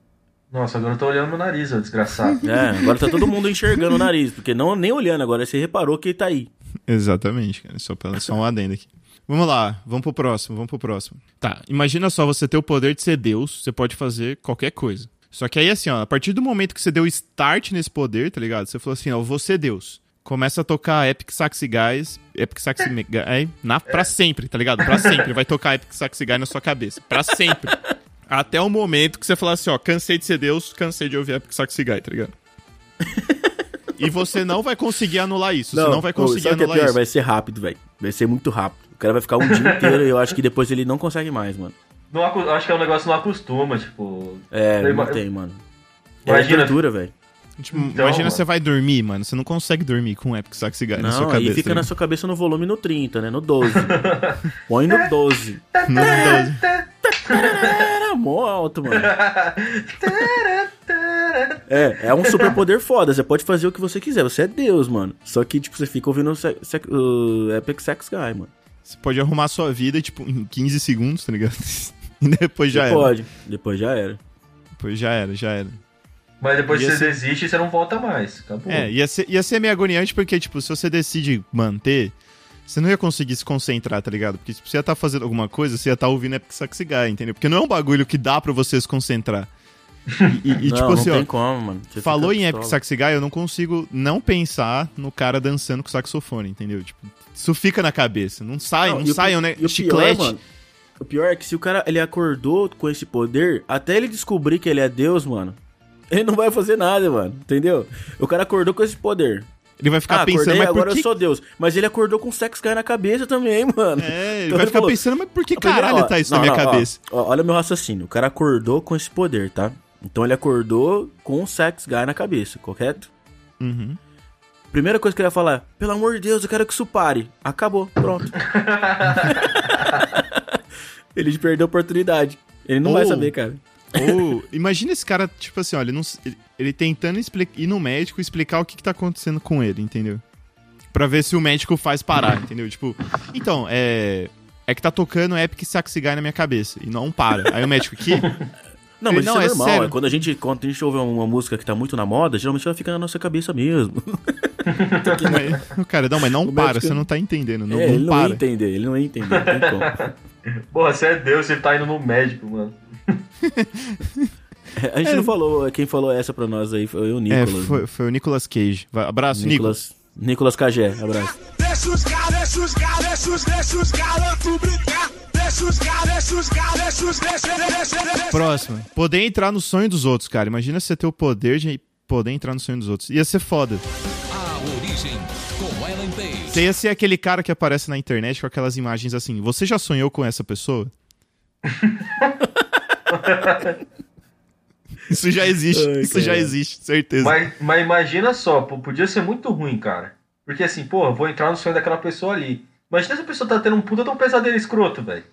Speaker 4: Nossa, agora eu tô olhando meu nariz, ô desgraçado.
Speaker 5: É, agora tá todo mundo enxergando o nariz, porque não nem olhando agora, você reparou que ele tá aí.
Speaker 1: Exatamente, cara. Só, pra, só um adendo aqui. Vamos lá, vamos pro próximo, vamos pro próximo. Tá, imagina só você ter o poder de ser Deus, você pode fazer qualquer coisa. Só que aí, assim, ó, a partir do momento que você deu start nesse poder, tá ligado? Você falou assim, ó, eu vou ser Deus. Começa a tocar Epic Saxi Guys, Epic Saxi Guy, na, pra sempre, tá ligado? Pra sempre. Vai tocar Epic Saxi Guy na sua cabeça. Pra sempre. Até o momento que você falar assim, ó, cansei de ser Deus, cansei de ouvir Epic Saxi Guy, tá ligado? E você não vai conseguir anular isso. você não vai conseguir
Speaker 5: sabe o que é
Speaker 1: anular
Speaker 5: pior?
Speaker 1: isso.
Speaker 5: Vai ser rápido, velho. Vai ser muito rápido. O cara vai ficar um dia inteiro e eu acho que depois ele não consegue mais, mano.
Speaker 4: Não, acu- acho que é um negócio que não acostuma, tipo.
Speaker 5: É,
Speaker 4: Eu
Speaker 5: não
Speaker 4: ima-
Speaker 5: tem, mano.
Speaker 4: Imagina-
Speaker 5: É tortura, velho.
Speaker 1: Tipo,
Speaker 4: Então,
Speaker 1: imagina
Speaker 4: mano.
Speaker 1: você vai dormir, mano. Você não consegue dormir com um Epic Sax Cigarro na sua
Speaker 5: Não, aí
Speaker 1: cabeça. tá
Speaker 5: fica na sua cabeça no volume no 30, né? No 12. Põe no 12.
Speaker 1: Não, não.
Speaker 5: Era mó alto, mano. É, é um superpoder foda. Você pode fazer o que você quiser. Você é Deus, mano. Só que, tipo, você fica ouvindo o, se- se- o Epic Sex Guy, mano.
Speaker 1: Você pode arrumar a sua vida, tipo, em 15 segundos, tá ligado? E depois já
Speaker 5: Você
Speaker 1: era.
Speaker 5: pode. Depois já era.
Speaker 1: Depois já era, já era.
Speaker 4: Mas depois
Speaker 1: Ia
Speaker 4: que você
Speaker 1: ser-
Speaker 4: desiste, você não volta mais. Acabou.
Speaker 1: É, ia ser, ia ser meio agoniante porque, tipo, se você decide manter, você não ia conseguir se concentrar, tá ligado? Porque tipo, você ia estar fazendo alguma coisa, você ia estar ouvindo Epic Sax Cigarro, entendeu? Porque não é um bagulho que dá pra você se concentrar. E, e- e,
Speaker 5: não,
Speaker 1: tipo
Speaker 5: não
Speaker 1: assim,
Speaker 5: tem
Speaker 1: ó.
Speaker 5: como, mano. Você
Speaker 1: Falou
Speaker 5: fica
Speaker 1: em Epic
Speaker 5: pistola.
Speaker 1: Sax Guy, eu não consigo não pensar no cara dançando com saxofone, entendeu? Tipo, isso fica na cabeça. Não sai, não,
Speaker 5: e o
Speaker 1: sai,
Speaker 5: pi-
Speaker 1: né?
Speaker 5: e o
Speaker 1: Chiclete.
Speaker 5: Pior, mano, o pior é que se o cara ele acordou com esse poder, até ele descobrir que ele é Deus, mano, ele não vai fazer nada, mano. Entendeu? O cara acordou com esse poder.
Speaker 1: ele vai ficar
Speaker 5: ah,
Speaker 1: pensando,
Speaker 5: acordei,
Speaker 1: mas por
Speaker 5: agora
Speaker 1: que.
Speaker 5: eu sou Deus. Mas ele acordou com sex guy na cabeça também, mano.
Speaker 1: É, ele
Speaker 5: Então
Speaker 1: vai ficar
Speaker 5: falou,
Speaker 1: pensando, mas por que
Speaker 5: a primeira-
Speaker 1: caralho
Speaker 5: ó,
Speaker 1: tá isso
Speaker 5: não,
Speaker 1: na minha
Speaker 5: não, ó,
Speaker 1: cabeça?
Speaker 5: ó, olha o meu raciocínio. O cara acordou com esse poder, tá? Então ele acordou com o sex guy na cabeça, correto?
Speaker 1: Uhum.
Speaker 5: Primeira coisa que ele ia falar, pelo amor de Deus, eu quero que isso pare. Acabou, pronto. ele perdeu a oportunidade. Ele não vai
Speaker 1: Ou-
Speaker 5: saber, cara.
Speaker 1: Ou, imagina esse cara, tipo assim, olha, ele, não- ele- ele tentando expli- ir no médico e explicar o que, que tá acontecendo com ele, entendeu? Pra ver se o médico faz parar, entendeu? Tipo, então, é. É que tá tocando Epic Sax Guy na minha cabeça e não para. Aí o médico, que?
Speaker 5: Não, mas
Speaker 1: Não,
Speaker 5: isso é,
Speaker 1: é
Speaker 5: normal.
Speaker 1: sério.
Speaker 5: é quando, a gente, quando a gente ouve uma música que tá muito na moda, geralmente ela fica na nossa cabeça mesmo.
Speaker 1: Mas- o cara, não, mas não
Speaker 5: O
Speaker 1: para,
Speaker 5: médico-
Speaker 1: você não tá entendendo. Não,
Speaker 5: é,
Speaker 1: não
Speaker 5: ele não
Speaker 1: para.
Speaker 5: ia entender, ele não ia entender. Não tem como.
Speaker 4: Porra, você é Deus, você tá indo no médico, mano.
Speaker 5: É, A gente não falou, quem falou essa pra nós aí foi o
Speaker 1: É,
Speaker 5: Nicolas. né?
Speaker 1: foi, foi o Nicolas Cage. Vai, abraço, Nicolas.
Speaker 5: Nicolas. Nicolas Cagé, abraço.
Speaker 9: Deixa os galos, deixa os galos, deixa os, deixa os garotos brincar. Deixa os galos, deixa os galos, deixa os, deixa, deixa, deixa, deixa.
Speaker 1: Próximo. Poder entrar no sonho dos outros, cara. Imagina você ter o poder de poder entrar no sonho dos outros. Ia ser foda.
Speaker 6: A origem com Ellen Page.
Speaker 1: Você ia ser aquele cara que aparece na internet com aquelas imagens assim. Você já sonhou com essa pessoa? Isso já existe.
Speaker 5: Ai,
Speaker 1: Isso já
Speaker 5: cara.
Speaker 1: existe, certeza.
Speaker 4: Mas, mas imagina só, pô, podia ser muito ruim, cara. Porque assim, porra, vou entrar no sonho daquela pessoa ali. Imagina se a pessoa tá tendo um puta de um pesadelo escroto, velho.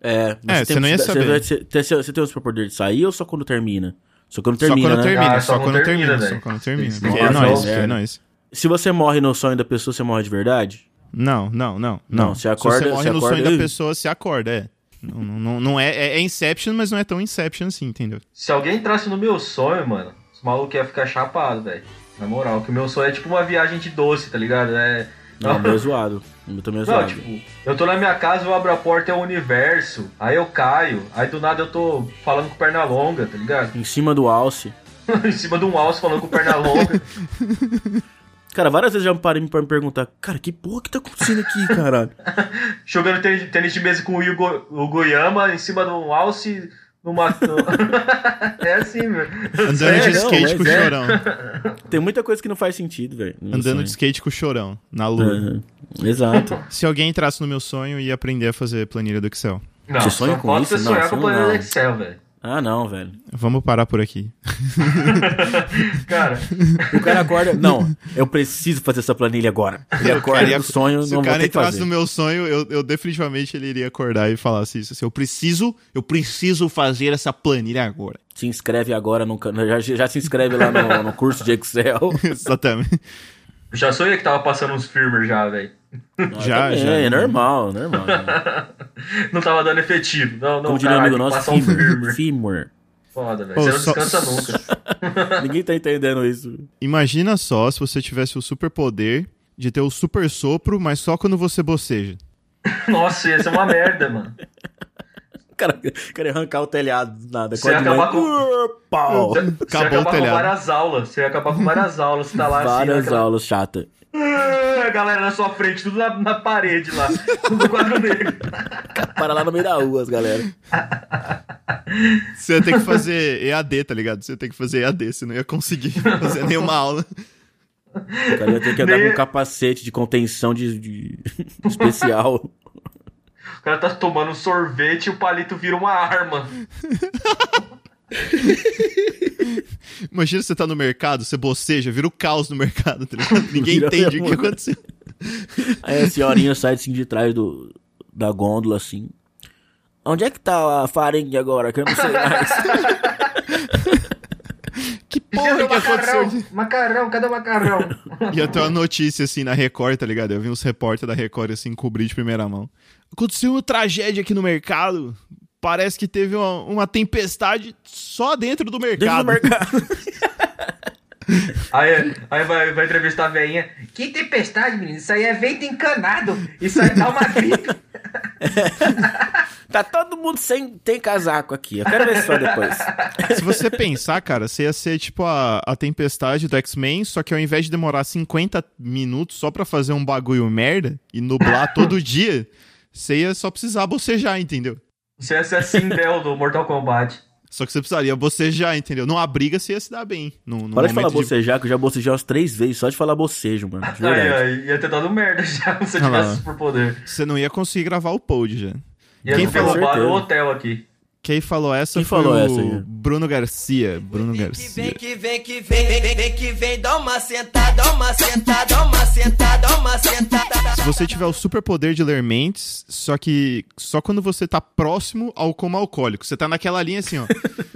Speaker 5: É,
Speaker 1: É, você não ia
Speaker 5: você-
Speaker 1: saber.
Speaker 5: Você, você- você tem o superpoder de sair ou só quando termina? Só quando
Speaker 1: só
Speaker 5: termina,
Speaker 1: quando
Speaker 5: né?
Speaker 1: termina,
Speaker 4: Ah,
Speaker 1: só quando termina,
Speaker 4: velho.
Speaker 1: só quando termina.
Speaker 4: Tem que
Speaker 1: Porque
Speaker 4: ser
Speaker 1: é
Speaker 5: normal,
Speaker 1: nóis,
Speaker 5: né?
Speaker 1: é nóis.
Speaker 5: Se você morre no sonho da pessoa, você morre de verdade?
Speaker 1: Não, não, não.
Speaker 5: Não,
Speaker 1: Não,
Speaker 5: você acorda-
Speaker 1: Se você morre
Speaker 5: você
Speaker 1: no
Speaker 5: acorda
Speaker 1: sonho
Speaker 5: e-
Speaker 1: da pessoa, você acorda, é. Não, não- não, não é, é. é Inception, mas não é tão Inception assim, entendeu?
Speaker 4: Se alguém entrasse no meu sonho, mano, os malucos iam ficar chapados, velho. Na moral, que o meu sonho é tipo uma viagem de doce, tá ligado? É.
Speaker 5: Não, meu é zoado. Eu também é
Speaker 4: Não,
Speaker 5: zoado.
Speaker 4: tipo, eu tô na minha casa, eu abro a porta, é o universo, aí eu caio, aí do nada eu tô falando com perna longa, tá ligado?
Speaker 5: Em cima do alce.
Speaker 4: em cima de um alce falando com perna longa.
Speaker 5: Cara, várias vezes já me parei pra me perguntar, cara, que porra que tá acontecendo aqui, caralho?
Speaker 4: jogando tênis, tênis de mesa com o Hugo, o Goiama em cima de um alce numa. é assim, velho.
Speaker 1: Andando de
Speaker 5: não,
Speaker 1: skate
Speaker 5: mas
Speaker 1: com o
Speaker 5: é.
Speaker 1: chorão.
Speaker 5: Tem muita coisa que não faz sentido, velho. no
Speaker 1: Andando
Speaker 5: sonho.
Speaker 1: de skate com o chorão, na lua.
Speaker 5: Uhum. Aham. Exato.
Speaker 1: Se alguém entrasse no meu sonho, ia aprender a fazer planilha do Excel.
Speaker 4: Não,
Speaker 5: Você sonha
Speaker 4: só
Speaker 5: com
Speaker 4: pode
Speaker 5: isso?
Speaker 4: você
Speaker 5: Não,
Speaker 4: sonhar com
Speaker 5: sonho
Speaker 4: o planeta
Speaker 5: não.
Speaker 4: Excel, velho.
Speaker 5: Ah, não, velho.
Speaker 1: Vamos parar por aqui.
Speaker 4: Cara,
Speaker 5: O cara acorda. Não, eu preciso fazer essa planilha agora. Ele acorda
Speaker 1: ia-
Speaker 5: do sonho,
Speaker 1: Se
Speaker 5: não
Speaker 1: o
Speaker 5: vou
Speaker 1: cara
Speaker 5: ter que
Speaker 1: entrasse
Speaker 5: fazer.
Speaker 1: no meu sonho, eu, eu definitivamente ele iria acordar e falasse isso. Assim, eu preciso, eu preciso fazer essa planilha agora.
Speaker 5: Se inscreve agora no canal. Já, já se inscreve lá no, no curso de Excel.
Speaker 1: Exatamente.
Speaker 4: eu já sonhei que tava passando uns firmers já, velho.
Speaker 1: Já,
Speaker 5: Também,
Speaker 1: já.
Speaker 5: É normal, normal. né?
Speaker 4: Não tava dando efetivo. Não, não,
Speaker 5: Como diria um
Speaker 4: caralho,
Speaker 5: amigo nosso,
Speaker 4: passar um
Speaker 5: Fimmer.
Speaker 4: firmer.
Speaker 5: Fimmer.
Speaker 4: Foda, velho.
Speaker 1: Ô,
Speaker 4: Você não
Speaker 1: só-
Speaker 4: descansa nunca.
Speaker 5: Ninguém tá entendendo isso.
Speaker 1: Imagina só se você tivesse o superpoder de ter o super sopro, mas só quando você boceja.
Speaker 4: Nossa, ia ser uma merda, mano.
Speaker 5: O cara quer arrancar o telhado do nada.
Speaker 4: Você ia
Speaker 5: acorda de
Speaker 4: acabar
Speaker 5: manhã, "Uh, pau.
Speaker 4: Você, você ia
Speaker 1: Acabou o
Speaker 4: acabar com
Speaker 1: telhado.
Speaker 4: várias aulas. Você ia acabar com várias aulas. Você tá lá assim,
Speaker 5: Várias
Speaker 4: naquela-
Speaker 5: aulas chata.
Speaker 4: Ah, A galera na sua frente, tudo na, na parede lá. Tudo quadro negro.
Speaker 5: Para lá no meio da rua, as galera.
Speaker 1: Você ia ter que fazer EAD, tá ligado? Você ia ter que fazer EAD, você não ia conseguir fazer nenhuma aula.
Speaker 5: O cara ia ter que andar
Speaker 4: Nem-
Speaker 5: com um capacete de contenção de, de- especial.
Speaker 4: O cara tá tomando um sorvete e o palito vira uma arma.
Speaker 1: Imagina você tá no mercado, você boceja, vira o caos no mercado, tá ligado? Ninguém
Speaker 5: Vira
Speaker 1: entende o que
Speaker 5: mesmo.
Speaker 1: aconteceu.
Speaker 5: Aí a senhorinha sai assim de trás do, da gôndola, assim. Onde é que tá a farinha agora? Que eu não sei mais.
Speaker 1: Que porra que aconteceu aqui?
Speaker 4: um Macarrão, cadê o macarrão?
Speaker 1: Ia ter uma notícia assim na Record, tá ligado? Eu vi uns repórter da Record assim cobrir de primeira mão. Aconteceu uma tragédia aqui no mercado. Parece que teve uma, uma tempestade só dentro do
Speaker 5: Dentro do
Speaker 1: mercado.
Speaker 5: mercado.
Speaker 4: aí aí vai, vai entrevistar a veinha. Que tempestade, menino. Isso aí é vento encanado. Isso aí dá uma gripe.
Speaker 5: Tá todo mundo sem tem casaco aqui. Eu quero ver só depois.
Speaker 1: Se você pensar, cara, você ia ser tipo a, a tempestade do X-Men, só que ao invés de demorar 50 minutos só pra fazer um bagulho merda e nublar todo dia, você ia só precisar bocejar, entendeu?
Speaker 4: Você ia ser a Sindel do Mortal Kombat.
Speaker 1: Só que você precisaria bocejar, entendeu? Numa briga você ia se dar bem. Num, num
Speaker 5: Para de falar
Speaker 1: momento de-
Speaker 5: bocejar, que eu já bocejei umas três vezes, só de falar bocejo, mano. De
Speaker 4: Aí,
Speaker 5: verdade.
Speaker 4: aí, ia ter dado merda já se você
Speaker 1: Ah lá.
Speaker 4: tivesse superpoder.
Speaker 1: Você não ia conseguir gravar o pod já.
Speaker 4: Ia
Speaker 1: Quem
Speaker 4: ter
Speaker 1: falou?
Speaker 4: roubado o
Speaker 5: Certeza.
Speaker 4: hotel aqui.
Speaker 1: Quem falou essa
Speaker 5: Quem
Speaker 1: foi o
Speaker 5: falou essa aí?
Speaker 1: Bruno Garcia. Bruno
Speaker 7: Que vem,
Speaker 1: Garcia.
Speaker 7: que vem, que vem, vem, vem, vem, que vem, dá uma sentada, dá uma sentada, dá uma sentada, dá uma sentada.
Speaker 1: Se você tiver o superpoder de ler mentes, só que só quando você tá próximo ao coma alcoólico. Você tá naquela linha assim, ó.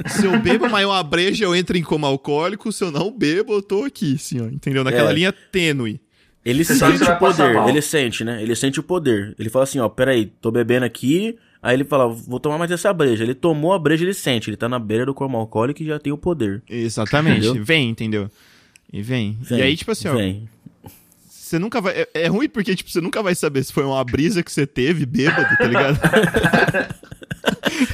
Speaker 1: se eu bebo mais uma breja, eu entro em coma alcoólico. Se eu não bebo, eu tô aqui, assim, ó. Entendeu? Naquela
Speaker 5: É.
Speaker 1: linha tênue.
Speaker 5: Ele
Speaker 4: Você sabe que
Speaker 5: sente
Speaker 4: você vai
Speaker 5: o
Speaker 4: passar
Speaker 5: poder.
Speaker 4: mal.
Speaker 5: Ele sente, né? Ele sente o poder. Ele fala assim, ó, peraí, tô bebendo aqui. Aí ele fala, vou tomar mais essa breja. Ele tomou a breja, ele sente. Ele tá na beira do coma alcoólico e já tem o poder.
Speaker 1: Tipo Exatamente.
Speaker 5: Entendeu?
Speaker 1: Vem, entendeu? E vem. E
Speaker 5: Vem,
Speaker 1: aí, tipo assim, ó,
Speaker 5: vem.
Speaker 1: você nunca vai. É, é ruim porque, tipo, você nunca vai saber se foi uma brisa que você teve, bêbado, tá ligado?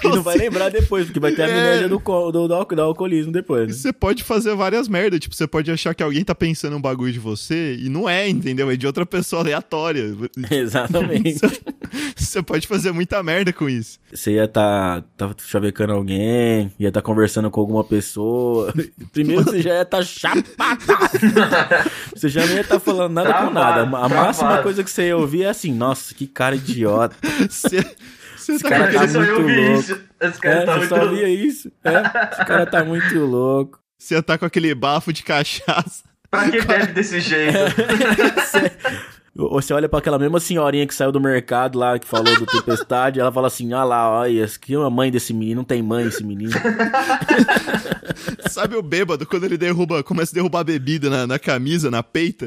Speaker 5: E não vai lembrar depois, porque vai ter a amnésia do, co- do, do, alco- do alcoolismo depois. né?
Speaker 1: Você pode fazer várias merdas, tipo, você pode achar que alguém tá pensando um bagulho de você e não é, entendeu? É de outra pessoa aleatória.
Speaker 5: Exatamente.
Speaker 1: Você pode fazer muita merda com isso.
Speaker 5: Você ia tá, tá chavecando alguém, ia tá conversando com alguma pessoa. Primeiro você já ia tá chapada. Você já não ia tá falando nada com
Speaker 4: Travado,
Speaker 5: nada. A máxima
Speaker 4: travado.
Speaker 5: coisa que você ia ouvir é assim, nossa, que cara idiota.
Speaker 1: Você, você tá
Speaker 5: cara
Speaker 1: com-
Speaker 5: tá
Speaker 4: Esse eu
Speaker 5: muito
Speaker 4: vi
Speaker 5: louco.
Speaker 4: isso. Esse cara
Speaker 5: É,
Speaker 4: tá
Speaker 5: você só
Speaker 4: muito.
Speaker 5: via isso. É, esse cara tá muito louco.
Speaker 1: você tá com aquele bafo de cachaça.
Speaker 4: Pra que bebe desse jeito?
Speaker 5: Você olha pra aquela mesma senhorinha que saiu do mercado lá, que falou do Tempestade, ela fala assim: ah lá, olha, esse aqui é uma mãe desse menino, não tem mãe esse menino.
Speaker 1: Sabe o bêbado quando ele derruba, começa a derrubar bebida na, na camisa, na peita?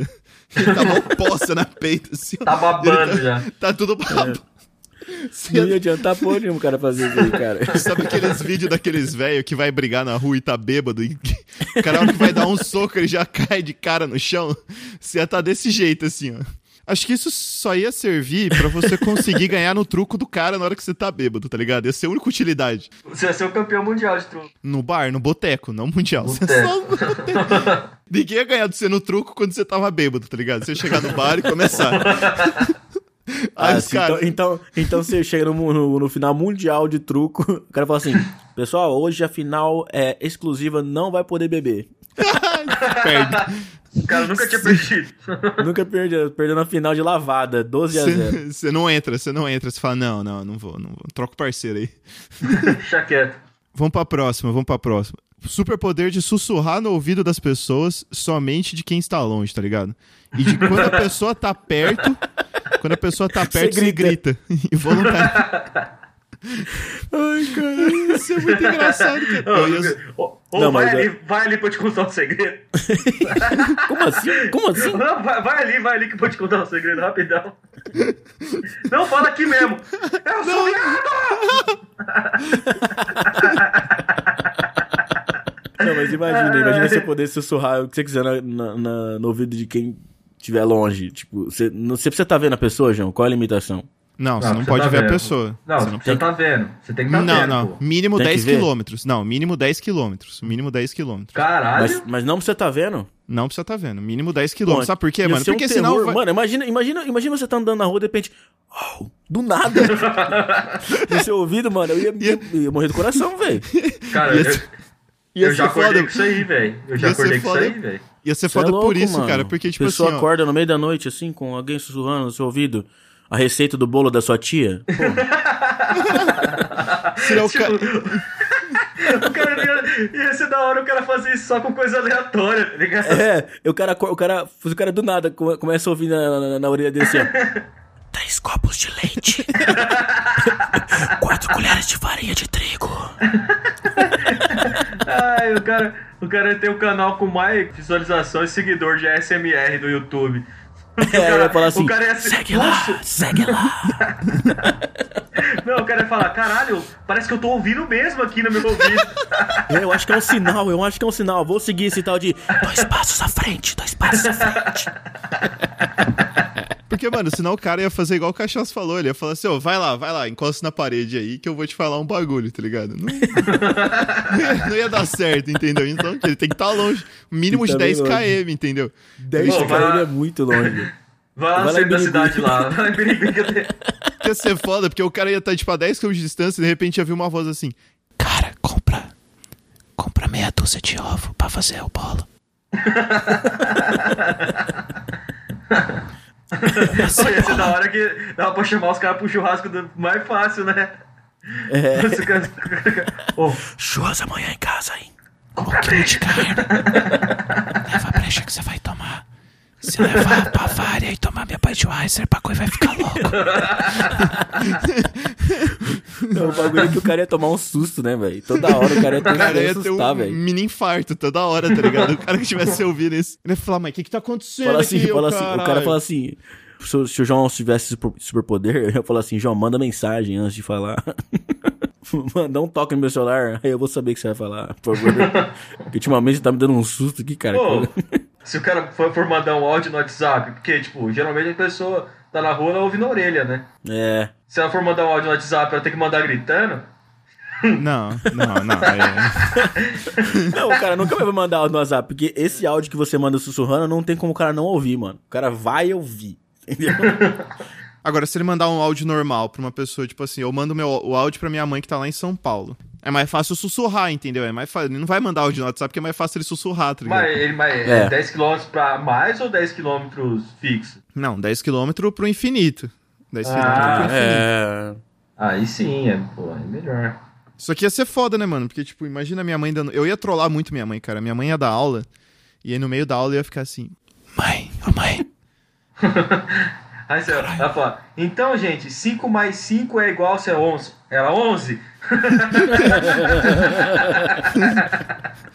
Speaker 1: Ele tá uma poça na peita, assim. ó.
Speaker 4: Tá
Speaker 1: Ele
Speaker 4: babando
Speaker 1: tá,
Speaker 4: já.
Speaker 1: Tá tudo babado.
Speaker 5: Não ia adiantar porra nenhuma o cara fazer isso aí, cara.
Speaker 1: Sabe aqueles vídeos daqueles velho que vai brigar na rua e tá bêbado? E o cara a hora que vai dar um soco, ele já cai de cara no chão. Você ia tá desse jeito, assim, ó. Acho que isso só ia servir pra você conseguir ganhar no truco do cara na hora que você tá bêbado, tá ligado? Ia ser a única utilidade.
Speaker 4: Você ia ser o campeão mundial de truco.
Speaker 1: No bar, no boteco, não mundial. Você
Speaker 4: Boteco.
Speaker 1: só no boteco. Ninguém ia ganhar de você no truco quando você tava bêbado, tá ligado? Você ia chegar no bar e começar. Aí
Speaker 5: Ah,
Speaker 1: os
Speaker 5: assim,
Speaker 1: caras.
Speaker 5: então, então, então você chega no, mu- no- no final mundial de truco, o cara fala assim: pessoal, hoje a final é exclusiva, não vai poder beber.
Speaker 1: Perde.
Speaker 4: O cara nunca
Speaker 1: um
Speaker 4: tinha perdido.
Speaker 5: Nunca perdeu, perdeu na final de lavada, 12 a 0.
Speaker 1: Você não entra, você não entra. Você fala, não, não, não vou, não vou. Troca o parceiro aí.
Speaker 4: Deixa quieto.
Speaker 1: Vamos pra próxima, vamos pra próxima. Superpoder de sussurrar no ouvido das pessoas somente de quem está longe, tá ligado? E de quando a pessoa tá perto, quando a pessoa tá perto, você grita.
Speaker 5: grita.
Speaker 1: Involuntário. Ai, cara, isso é muito engraçado, cara. Eu ia-
Speaker 4: Ou, ou
Speaker 5: Não,
Speaker 4: vai,
Speaker 5: mas
Speaker 4: ali,
Speaker 5: é-
Speaker 4: vai ali pra eu te contar um segredo.
Speaker 5: Como assim? Como assim?
Speaker 4: Não, vai, vai ali, vai ali que eu vou te contar um segredo rapidão. Não, fala aqui mesmo. É, Eu sou um viado!
Speaker 5: Não, mas imagina, imagina você poder sussurrar o que você quiser na, na- na- no ouvido de quem estiver longe. Tipo, você, não sei se você tá vendo a pessoa, João, qual é a limitação?
Speaker 1: Não, você não
Speaker 4: você
Speaker 1: pode
Speaker 4: tá
Speaker 1: ver a
Speaker 4: vendo.
Speaker 1: pessoa.
Speaker 4: Não,
Speaker 1: você
Speaker 4: você
Speaker 1: não
Speaker 4: tá vendo. Você tem que tá
Speaker 1: não,
Speaker 4: vendo,
Speaker 1: não.
Speaker 4: pô.
Speaker 1: Mínimo
Speaker 5: Tem que
Speaker 1: 10
Speaker 5: ver?
Speaker 1: quilômetros. Não, mínimo 10 quilômetros. Mínimo 10 quilômetros.
Speaker 4: Caralho.
Speaker 5: Mas, mas não você tá vendo?
Speaker 1: Não precisa tá vendo. Mínimo 10
Speaker 5: Bom,
Speaker 1: quilômetros. Sabe por quê,
Speaker 5: ia
Speaker 1: mano?
Speaker 5: ser um
Speaker 1: Porque senão.
Speaker 5: terror.
Speaker 1: vai-
Speaker 5: Mano, imagina, imagina, imagina você tá andando na rua de repente. "Oh", do nada! no seu ouvido, mano, eu ia, ia- ia morrer do coração, velho.
Speaker 4: Cara,
Speaker 1: Ia
Speaker 4: eu,
Speaker 1: ser-
Speaker 4: eu
Speaker 1: ia
Speaker 4: já
Speaker 1: ser
Speaker 4: acordei
Speaker 1: foda.
Speaker 4: com isso aí, velho. Eu já
Speaker 1: Ia ser
Speaker 4: acordei com isso
Speaker 1: foda.
Speaker 4: aí, velho.
Speaker 1: Ia ser
Speaker 5: Cê é
Speaker 1: foda
Speaker 5: louco,
Speaker 1: por isso,
Speaker 5: mano.
Speaker 1: cara. Porque, tipo
Speaker 5: pessoa
Speaker 1: assim. ó,
Speaker 5: acorda no meio da noite, assim, com alguém sussurrando no seu ouvido a receita do bolo da sua tia. Pô,
Speaker 1: seria o ca-
Speaker 4: Tipo, O cara ia, ia ser da hora o cara fazer isso só com coisa aleatória, tá ligado?
Speaker 5: é, e o cara, acor- o cara, o cara do nada come- começa a ouvir na, na, na orelha dele assim, ó. Três copos de leite. Quatro colheres de farinha de trigo.
Speaker 4: Ai, o cara, o cara tem o canal com mais visualização e seguidor de ASMR do YouTube. O
Speaker 5: É, ele vai falar assim,
Speaker 4: o cara ia ser-
Speaker 1: É
Speaker 5: segue lá,
Speaker 4: Nossa,
Speaker 5: segue lá.
Speaker 4: Não, o cara ia falar, caralho, parece que eu tô ouvindo mesmo aqui no meu ouvido.
Speaker 5: Eu acho que é um sinal, eu acho que é um sinal. Vou seguir esse tal de dois passos à frente, dois passos à frente.
Speaker 1: Porque, mano, senão o cara ia fazer igual o Cachaço falou. Ele ia falar assim, ó, vai lá, vai lá, encosta na parede aí que eu vou te falar um bagulho, tá ligado? Não, não ia, não ia dar certo, entendeu? Então, ele tem que estar longe. Mínimo de
Speaker 5: Tá bem
Speaker 1: 10 km, entendeu?
Speaker 5: 10
Speaker 4: Pô,
Speaker 5: km
Speaker 4: vai-
Speaker 5: é muito longe.
Speaker 4: Vai lá
Speaker 5: Vai lá
Speaker 4: no
Speaker 5: em
Speaker 4: centro da
Speaker 5: Birigui.
Speaker 4: cidade lá. Vai lá em Birigui, que eu tenho-
Speaker 1: Ia ser foda, porque o cara ia estar, tipo, a 10 km de distância e de repente ia vir uma voz assim.
Speaker 8: Cara, compra. Compra meia dúzia de ovo pra fazer o bolo.
Speaker 4: Pô, ia ser da hora que dava pra chamar os caras pro churrasco do- mais fácil, né? É. Ô,
Speaker 5: Churras amanhã em casa, hein?
Speaker 8: Um quilo de carne. Leva a brecha que você vai tomar. Se levar a Bavária e tomar minha Budweiser, o bagulho vai ficar louco.
Speaker 5: O bagulho é que o cara ia tomar um susto, né, velho? Toda hora o cara ia, ter,
Speaker 1: Cara,
Speaker 5: ia
Speaker 1: ia ter um
Speaker 5: assustar, velho.
Speaker 1: mini infarto toda hora, tá ligado? O cara que tivesse ouvindo isso. Ele ia falar, mas o que que tá acontecendo
Speaker 5: Fala assim,
Speaker 1: aqui, ô
Speaker 5: fala assim, o cara
Speaker 1: caralho?"
Speaker 5: fala assim. Se, o- se o João tivesse super- superpoder, eu ia falar assim, João, manda mensagem antes de falar. Mandar um toque no meu celular, aí eu vou saber o que você vai falar, por favor. Porque ultimamente você tá me dando um susto aqui, cara.
Speaker 4: Pô, se o cara for, for mandar um áudio no WhatsApp, porque, tipo, geralmente a pessoa tá na rua, ela ouve na orelha, né?
Speaker 5: É.
Speaker 4: Se ela for mandar um áudio no WhatsApp, ela tem que mandar gritando.
Speaker 1: Não, não, não. é-
Speaker 5: Não, o cara nunca vai mandar áudio no WhatsApp, porque esse áudio que você manda sussurrando não tem como o cara não ouvir, mano. O cara vai ouvir. Entendeu?
Speaker 1: Agora, se ele mandar um áudio normal pra uma pessoa, tipo assim, eu mando meu, o áudio pra minha mãe que tá lá em São Paulo. É mais fácil sussurrar, entendeu? É mais fácil. Ele não vai mandar áudio no WhatsApp porque é mais fácil ele sussurrar, tá ligado?
Speaker 4: Mas, ele, mas
Speaker 5: É.
Speaker 4: é 10km pra mais ou 10km fixo?
Speaker 1: Não, 10km pro infinito. 10 km
Speaker 4: Ah,
Speaker 1: pro infinito.
Speaker 5: É.
Speaker 4: Aí sim, é, pô, é melhor.
Speaker 1: Isso aqui ia ser foda, né, mano? Porque, tipo, imagina minha mãe dando. Eu ia trollar muito minha mãe, cara. Minha mãe ia dar aula. E aí no meio da aula eu ia ficar assim.
Speaker 8: Mãe, ô mãe.
Speaker 4: Aí você, ela fala, então, gente, 5 mais 5 é igual a 11. Ela, 11?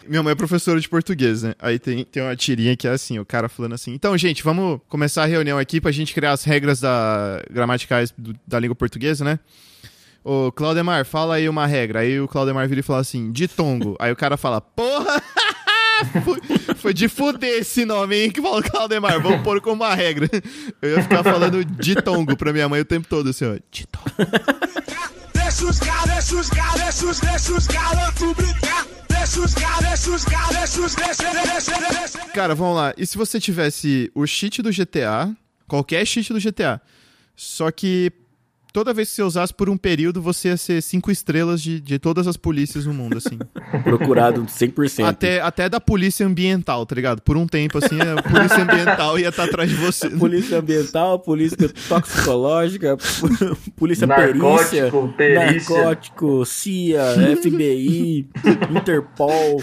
Speaker 1: Minha mãe é professora de português, né? Aí tem, tem uma tirinha que é assim, o cara falando assim, então, gente, vamos começar a reunião aqui pra gente criar as regras da, gramaticais do- da língua portuguesa, né? Ô, Claudemar, fala aí uma regra. Aí o Claudemar vira e fala assim, ditongo. aí o cara fala, porra! Foi, foi de fuder esse nome, hein? Que falou, Claudemar, vamos pôr como uma regra. Eu ia ficar falando ditongo pra minha mãe o tempo todo, assim, ó. Ditongo.
Speaker 9: Deixa os galos, deixa os galos, deixa os, deixa os galantos brincar. Deixa os galos, deixa os galos, deixa os, deixa, deixa, deixa, deixa.
Speaker 1: Cara, vamos lá. E se você tivesse o cheat do GTA, qualquer cheat do GTA, só que toda vez que você usasse por um período, você ia ser cinco estrelas de, de todas as polícias no mundo, assim.
Speaker 5: Procurado 100%.
Speaker 1: até, até da polícia ambiental, tá ligado? Por um tempo, assim, a polícia ambiental ia estar atrás de você.
Speaker 5: Polícia ambiental, polícia toxicológica, polícia é perícia,
Speaker 4: Narcótico, perícia.
Speaker 5: narcótico, CIA, FBI, Interpol,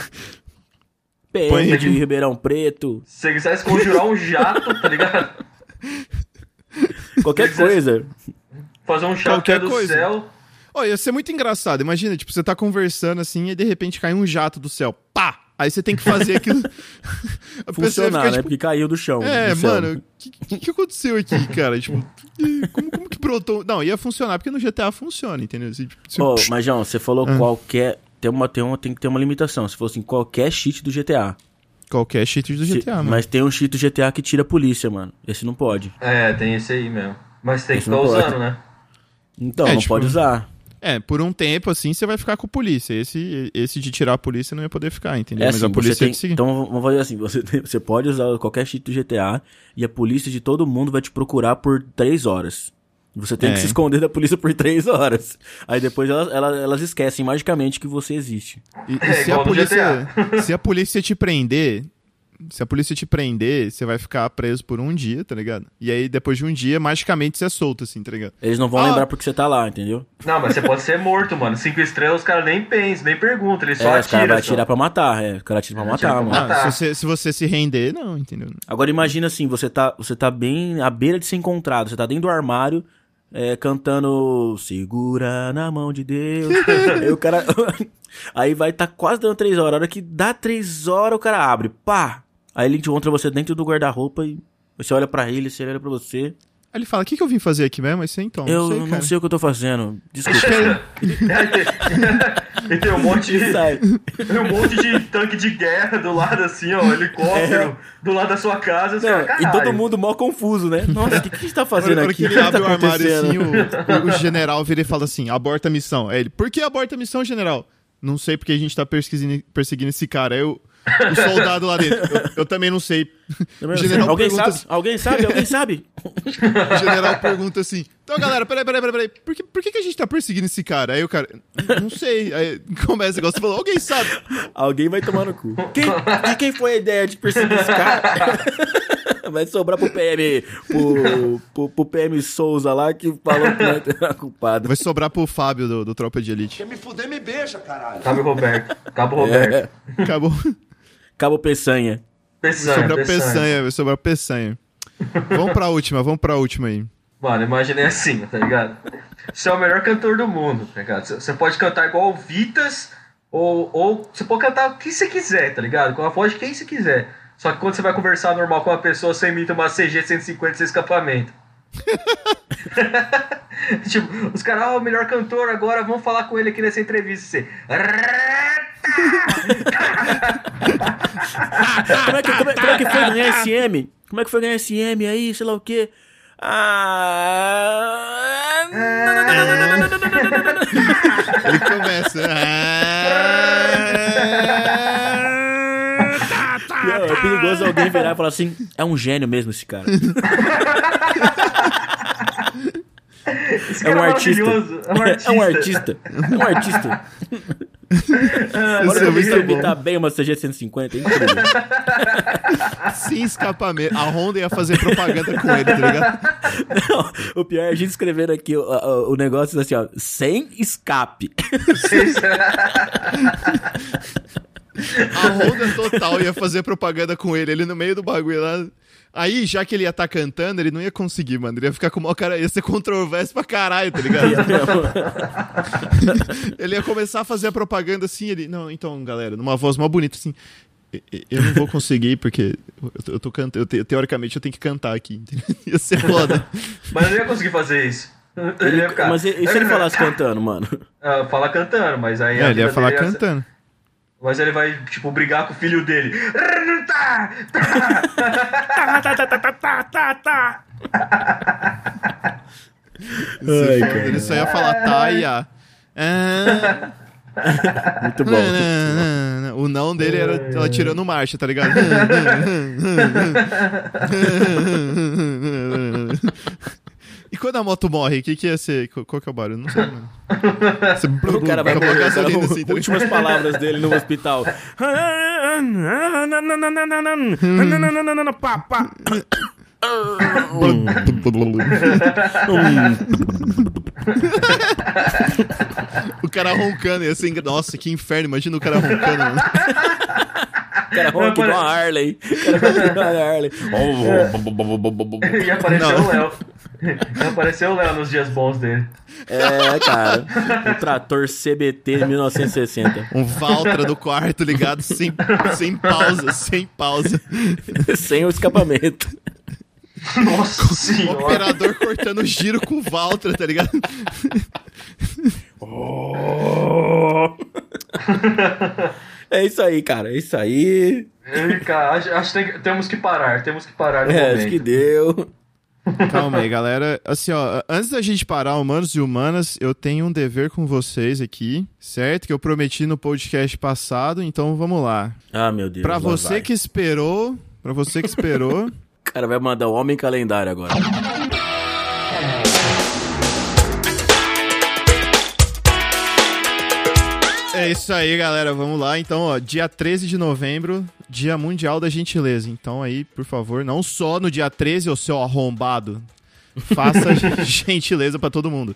Speaker 1: Põe-
Speaker 5: PM de Ribeirão Preto,
Speaker 4: Se você quisesse conjurar um jato, tá ligado?
Speaker 5: qualquer
Speaker 4: Quer dizer-
Speaker 5: coisa.
Speaker 4: Fazer um jato
Speaker 1: Qualquer
Speaker 4: do
Speaker 1: coisa.
Speaker 4: céu.
Speaker 1: Ó, ia ser muito engraçado. Imagina, tipo, você tá conversando assim e de repente cai um jato do céu. Pá! Aí você tem que fazer aquilo. A pessoa
Speaker 5: Funcionar,
Speaker 1: fica,
Speaker 5: né?
Speaker 1: tipo,
Speaker 5: Porque caiu do chão.
Speaker 1: É,
Speaker 5: do céu.
Speaker 1: mano, o que, que- que aconteceu aqui, cara? Tipo, como, como que brotou? Não, ia funcionar, porque no GTA funciona, entendeu? Assim, tipo, Hum. se-
Speaker 5: Ô, mas João, você falou qualquer. Tem, uma, tem, uma, tem que ter uma limitação. Você falou assim, qualquer cheat do GTA.
Speaker 1: Qualquer cheat do
Speaker 5: Se-
Speaker 1: GTA, mano.
Speaker 5: Mas tem um cheat do GTA que tira a polícia, mano. Esse não pode.
Speaker 4: É, tem esse aí mesmo. Mas tem que
Speaker 5: Esse
Speaker 4: ficar
Speaker 5: não pode.
Speaker 4: usando, né?
Speaker 5: Então,
Speaker 1: É,
Speaker 5: não
Speaker 1: tipo-
Speaker 5: pode usar.
Speaker 1: É, por um tempo, assim, você vai ficar com a polícia. Esse, esse de tirar a polícia não ia poder ficar, entendeu?
Speaker 5: É
Speaker 1: mas
Speaker 5: assim,
Speaker 1: a polícia
Speaker 5: você
Speaker 1: ia
Speaker 5: tem,
Speaker 1: te seguir.
Speaker 5: Então vamos fazer assim: você, tem- você pode usar qualquer cheat do GTA e a polícia de todo mundo vai te procurar por três horas. E Você tem
Speaker 1: É.
Speaker 5: que se esconder da polícia por três horas. Aí depois elas, ela- elas, esquecem magicamente que você existe.
Speaker 1: E, e
Speaker 4: É,
Speaker 1: se,
Speaker 4: igual
Speaker 1: a
Speaker 4: no
Speaker 1: polícia, se a polícia te prender. Se a polícia te prender, você vai ficar preso por um dia, tá ligado? E aí, depois de um dia, magicamente você é solto, assim, tá ligado?
Speaker 5: Eles não vão
Speaker 1: Ah.
Speaker 5: lembrar porque você tá lá, entendeu?
Speaker 4: Não, mas você pode ser morto, mano. Cinco estrelas, os caras nem pensam, nem perguntam, eles só
Speaker 5: é, os caras
Speaker 4: atiram.
Speaker 5: vão
Speaker 4: só.
Speaker 5: atirar pra matar. É, os caras atiram pra matar,
Speaker 4: atiram pra
Speaker 5: mano.
Speaker 1: Ah,
Speaker 4: Ah, tá.
Speaker 1: se, você, se você se render, não, entendeu?
Speaker 5: Agora imagina assim, você tá, você tá bem à beira de ser encontrado, você tá dentro do armário, é, cantando Segura na mão de Deus. aí o cara. aí vai tá quase dando três horas. A hora que dá três horas, o cara abre. Pá! Aí ele encontra você dentro do guarda-roupa e você olha pra ele, você olha pra você.
Speaker 1: Aí ele fala: o que, que eu vim fazer aqui mesmo? Aí você então.
Speaker 5: eu
Speaker 1: sei,
Speaker 5: não
Speaker 1: cara.
Speaker 5: sei o que eu tô fazendo. Desculpa.
Speaker 4: e tem um monte de.
Speaker 5: Sai.
Speaker 4: Tem um monte de tanque de guerra do lado assim, ó, helicóptero, do lado da sua casa, os
Speaker 5: É. Não,
Speaker 4: caras,
Speaker 5: e todo
Speaker 4: "Caralho."
Speaker 5: mundo mó confuso, né? Nossa, o que, que a gente tá
Speaker 1: Na
Speaker 5: fazendo
Speaker 1: hora
Speaker 5: aqui?
Speaker 1: que ele
Speaker 5: que
Speaker 1: abre o
Speaker 5: tá
Speaker 1: armário
Speaker 5: acontecendo?
Speaker 1: assim, o, o general vira e fala assim: aborta a missão. Aí ele, por que aborta a missão, general? Não sei porque a gente tá perseguindo, perseguindo esse cara. Aí o, o soldado lá dentro, eu, eu também não sei. O general,
Speaker 5: Alguém
Speaker 1: pergunta,
Speaker 5: sabe? Alguém sabe? Alguém sabe?
Speaker 1: o general pergunta assim: então galera, peraí, peraí, peraí, peraí, por que, por que, que a gente tá perseguindo esse cara? Aí o cara, não sei. Aí começa o negócio falou: alguém sabe?
Speaker 5: Alguém vai tomar no cu. Quem, de quem foi a ideia de perseguir esse cara? Vai sobrar pro PM, pro, pro, pro PM Souza lá que falou que não era culpado.
Speaker 1: Vai sobrar pro Fábio do, do Tropa de Elite.
Speaker 4: Cabo Roberto. Cabo Roberto.
Speaker 5: É,
Speaker 1: Acabou.
Speaker 5: Cabo Peçanha.
Speaker 4: Peçanha,
Speaker 1: Sobrar
Speaker 4: peçanha.
Speaker 1: peçanha, vai sobrar peçanha. Vamos pra última, vamos pra última aí.
Speaker 4: Mano, imaginei assim, tá ligado? Você é o melhor cantor do mundo, tá ligado? Você- Você pode cantar igual o Vitas, ou, ou você pode cantar o que você quiser, tá ligado? Com a voz de quem você quiser. Só que quando você vai conversar normal com uma pessoa, você imita uma CG 150 sem escapamento. tipo, os caras, ah, o melhor cantor agora, vamos falar com ele aqui nessa entrevista. Você...
Speaker 5: É. Como é que, como é, como é que foi ganhar SM? Como é que foi ganhar SM aí, sei lá o quê? Ah...
Speaker 1: Ele começa. é
Speaker 5: Não, é perigoso alguém virar e falar assim, é um gênio mesmo esse cara.
Speaker 4: Esse
Speaker 5: É um
Speaker 4: cara
Speaker 5: artista.
Speaker 4: maravilhoso, É um artista.
Speaker 5: É um artista. É um artista.
Speaker 4: Ah,
Speaker 5: Olha
Speaker 1: Isso é
Speaker 5: como
Speaker 1: muito
Speaker 5: ele
Speaker 1: bom.
Speaker 5: imitar tá bem uma CG 150, é incrível.
Speaker 1: Sem escapamento. A Honda ia fazer propaganda com ele, tá ligado?
Speaker 5: Não, o pior é a gente escrever aqui o, o- o negócio assim, ó, sem escape.
Speaker 1: A Honda total ia fazer propaganda com ele. Ele no meio do bagulho lá. Aí, já que ele ia estar cantando, ele não ia conseguir, mano. Ele ia ficar com o maior cara. Ia ser controverso pra caralho, tá ligado? ele ia começar a fazer a propaganda assim, ele. Não, então, galera, numa voz mó bonita, assim. "E- e- Eu não vou conseguir, porque eu tô, eu tô cantando. Eu te- teoricamente eu tenho que cantar aqui. entendeu? Ia ser foda.
Speaker 4: Mas eu não ia conseguir fazer isso. Ele ia ficar.
Speaker 5: Mas e, e se ele falasse é um cantando, mano?
Speaker 4: Ah, fala cantando, mas aí. a
Speaker 1: É, ele ia
Speaker 4: vida
Speaker 1: falar
Speaker 4: dele
Speaker 1: cantando.
Speaker 4: Mas ele vai, tipo, brigar com o filho dele.
Speaker 1: Se foda, ele só ia falar tá e a. Ah,
Speaker 5: Muito bom.
Speaker 1: nã, nã, nã, nã. O não dele era ela tirando marcha, tá ligado? E quando a moto morre, o que, que ia ser? Qu- Qual que é o barulho? Não sei, mano. Você
Speaker 5: O cara vai
Speaker 1: acabou a
Speaker 5: morrer, cara,
Speaker 1: gasolina,
Speaker 5: u-
Speaker 1: assim, tá ligado?
Speaker 5: últimas palavras dele no hospital. Pá, pá.
Speaker 1: o cara roncando, ia ser engra- Nossa, que inferno, imagina o cara roncando. Mano.
Speaker 5: O cara ronca igual a Harley. O cara ronca igual a Harley.
Speaker 4: E apareceu
Speaker 1: Não.
Speaker 4: o Léo. E apareceu o Léo nos dias bons dele.
Speaker 5: É, cara. O trator CBT de 1960.
Speaker 1: Um Valtra no quarto, ligado, sem, sem pausa, sem pausa.
Speaker 5: Sem o escapamento.
Speaker 4: Nossa
Speaker 1: O
Speaker 4: senhora.
Speaker 1: operador cortando giro com o Valtra, tá ligado?
Speaker 5: É isso aí, cara. É isso aí.
Speaker 4: Ei, cara, acho, acho que tem- temos que parar, temos que parar no
Speaker 5: É, acho
Speaker 4: momento.
Speaker 5: que deu.
Speaker 1: Calma aí, galera. Assim, ó, antes da gente parar, humanos e humanas, eu tenho um dever com vocês aqui, certo? Que eu prometi no podcast passado, então vamos lá.
Speaker 5: Ah, meu Deus.
Speaker 1: Pra
Speaker 5: lá
Speaker 1: você
Speaker 5: vai.
Speaker 1: que esperou, pra você que esperou,
Speaker 5: O cara vai mandar o homem calendário agora.
Speaker 1: É isso aí, galera. Vamos lá. Então, ó, dia 13 de novembro, Dia Mundial da Gentileza. Então, aí, por favor, não só no dia 13, ô seu arrombado, faça gentileza pra todo mundo.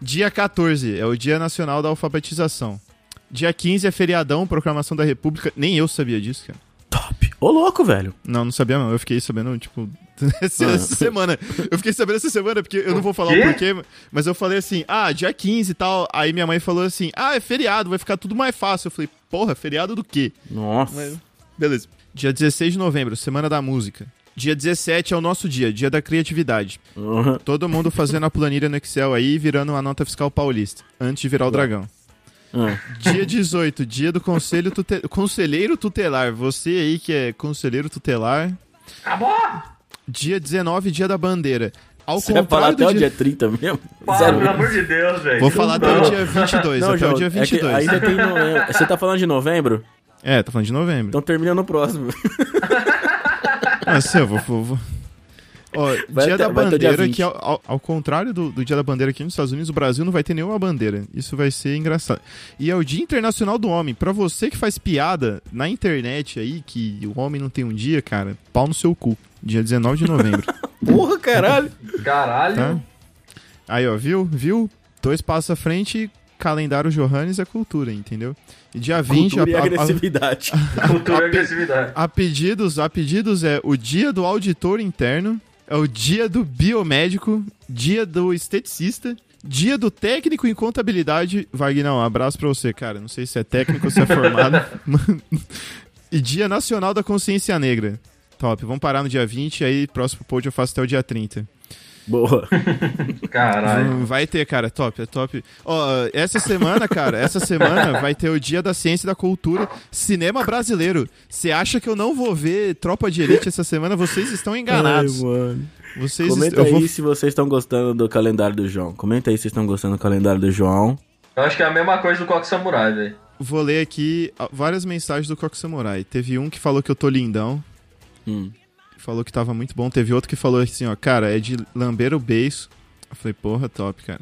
Speaker 1: Dia 14 é o Dia Nacional da Alfabetização. Dia 15 é feriadão, proclamação da República. Nem eu sabia disso, cara.
Speaker 5: Top. Ô, louco, velho.
Speaker 1: Não, não sabia não. Eu fiquei sabendo, tipo, essa,
Speaker 5: Ah.
Speaker 1: essa semana. Eu fiquei sabendo essa semana, porque eu não vou falar o
Speaker 4: quê?
Speaker 1: porquê, mas eu falei assim, ah, dia 15 e tal. Aí minha mãe falou assim, ah, é feriado, vai ficar tudo mais fácil. Eu falei, porra, feriado do quê?
Speaker 5: Nossa.
Speaker 1: Beleza. Dia 16 de novembro, Semana da Música. Dia 17 é o nosso dia, dia da criatividade.
Speaker 5: Uhum.
Speaker 1: Todo mundo fazendo a planilha no Excel aí e virando uma nota fiscal paulista, antes de virar o dragão.
Speaker 5: Ah.
Speaker 1: Dia 18, dia do conselho tute- conselheiro tutelar. Você aí que é conselheiro tutelar,
Speaker 4: Acabou!
Speaker 1: Dia 19, dia da bandeira. Ao
Speaker 5: Você vai falar
Speaker 1: contrário
Speaker 5: até
Speaker 1: do
Speaker 5: o
Speaker 1: dia...
Speaker 5: dia 30 mesmo?
Speaker 4: Para,
Speaker 5: Zero.
Speaker 4: pelo amor de Deus, velho. Então,
Speaker 1: Vou falar até o dia 22, até
Speaker 5: João,
Speaker 1: o dia
Speaker 5: é que
Speaker 1: 22. É,
Speaker 5: ainda tem novembro. Você tá falando de novembro?
Speaker 1: tá falando de novembro.
Speaker 5: Então termina no próximo.
Speaker 1: Ah, sim, eu vou... vou, vou. Ó,
Speaker 5: Então- Vai
Speaker 1: dia
Speaker 5: até-
Speaker 1: da
Speaker 5: vai até o dia
Speaker 1: bandeira,
Speaker 5: 20.
Speaker 1: que ao, ao- ao contrário do, do dia da bandeira aqui nos Estados Unidos, o Brasil não vai ter nenhuma bandeira. Isso vai ser engraçado. E é o Dia Internacional do Homem. Pra você que faz piada na internet aí, que o homem não tem um dia, cara, pau no seu cu. Dia 19 de novembro.
Speaker 5: Porra, caralho.
Speaker 4: Caralho.
Speaker 1: Tá? Aí, ó, viu? Viu? Dois passos à frente, calendário Johannes é cultura, entendeu? E dia 20,
Speaker 5: É Cultura e
Speaker 1: a- a-
Speaker 5: agressividade.
Speaker 4: Cultura e agressividade.
Speaker 1: a, a pedidos, a pedidos é o dia do auditor interno, é o dia do biomédico, dia do esteticista, dia do técnico em contabilidade. Wagner, um abraço pra você, cara. Não sei se é técnico ou se é formado. Mano. e dia nacional da consciência negra. Top, vamos parar no dia 20, aí próximo pod eu faço até o dia 30.
Speaker 5: Boa.
Speaker 4: Caralho.
Speaker 1: Hum, Vai ter, cara. Top, é top. Ó, essa semana, cara, essa semana vai ter o Dia da Ciência e da Cultura Cinema Brasileiro. Você acha que eu não vou ver Tropa de Elite essa semana? Vocês estão enganados.
Speaker 5: mano.
Speaker 1: Vocês
Speaker 5: Comenta
Speaker 1: eu
Speaker 5: aí
Speaker 1: vou-
Speaker 5: se vocês estão gostando do calendário do João. Comenta aí se vocês estão gostando do calendário do João.
Speaker 4: Eu acho que é a mesma coisa do Coque Samurai, velho.
Speaker 1: vou ler aqui ah, várias mensagens do Coque Samurai. Teve um que falou que eu tô lindão.
Speaker 5: Hum.
Speaker 1: Falou que tava muito bom. Teve outro que falou assim, ó, cara, é de lamber o beiço. Eu falei, porra, top, cara.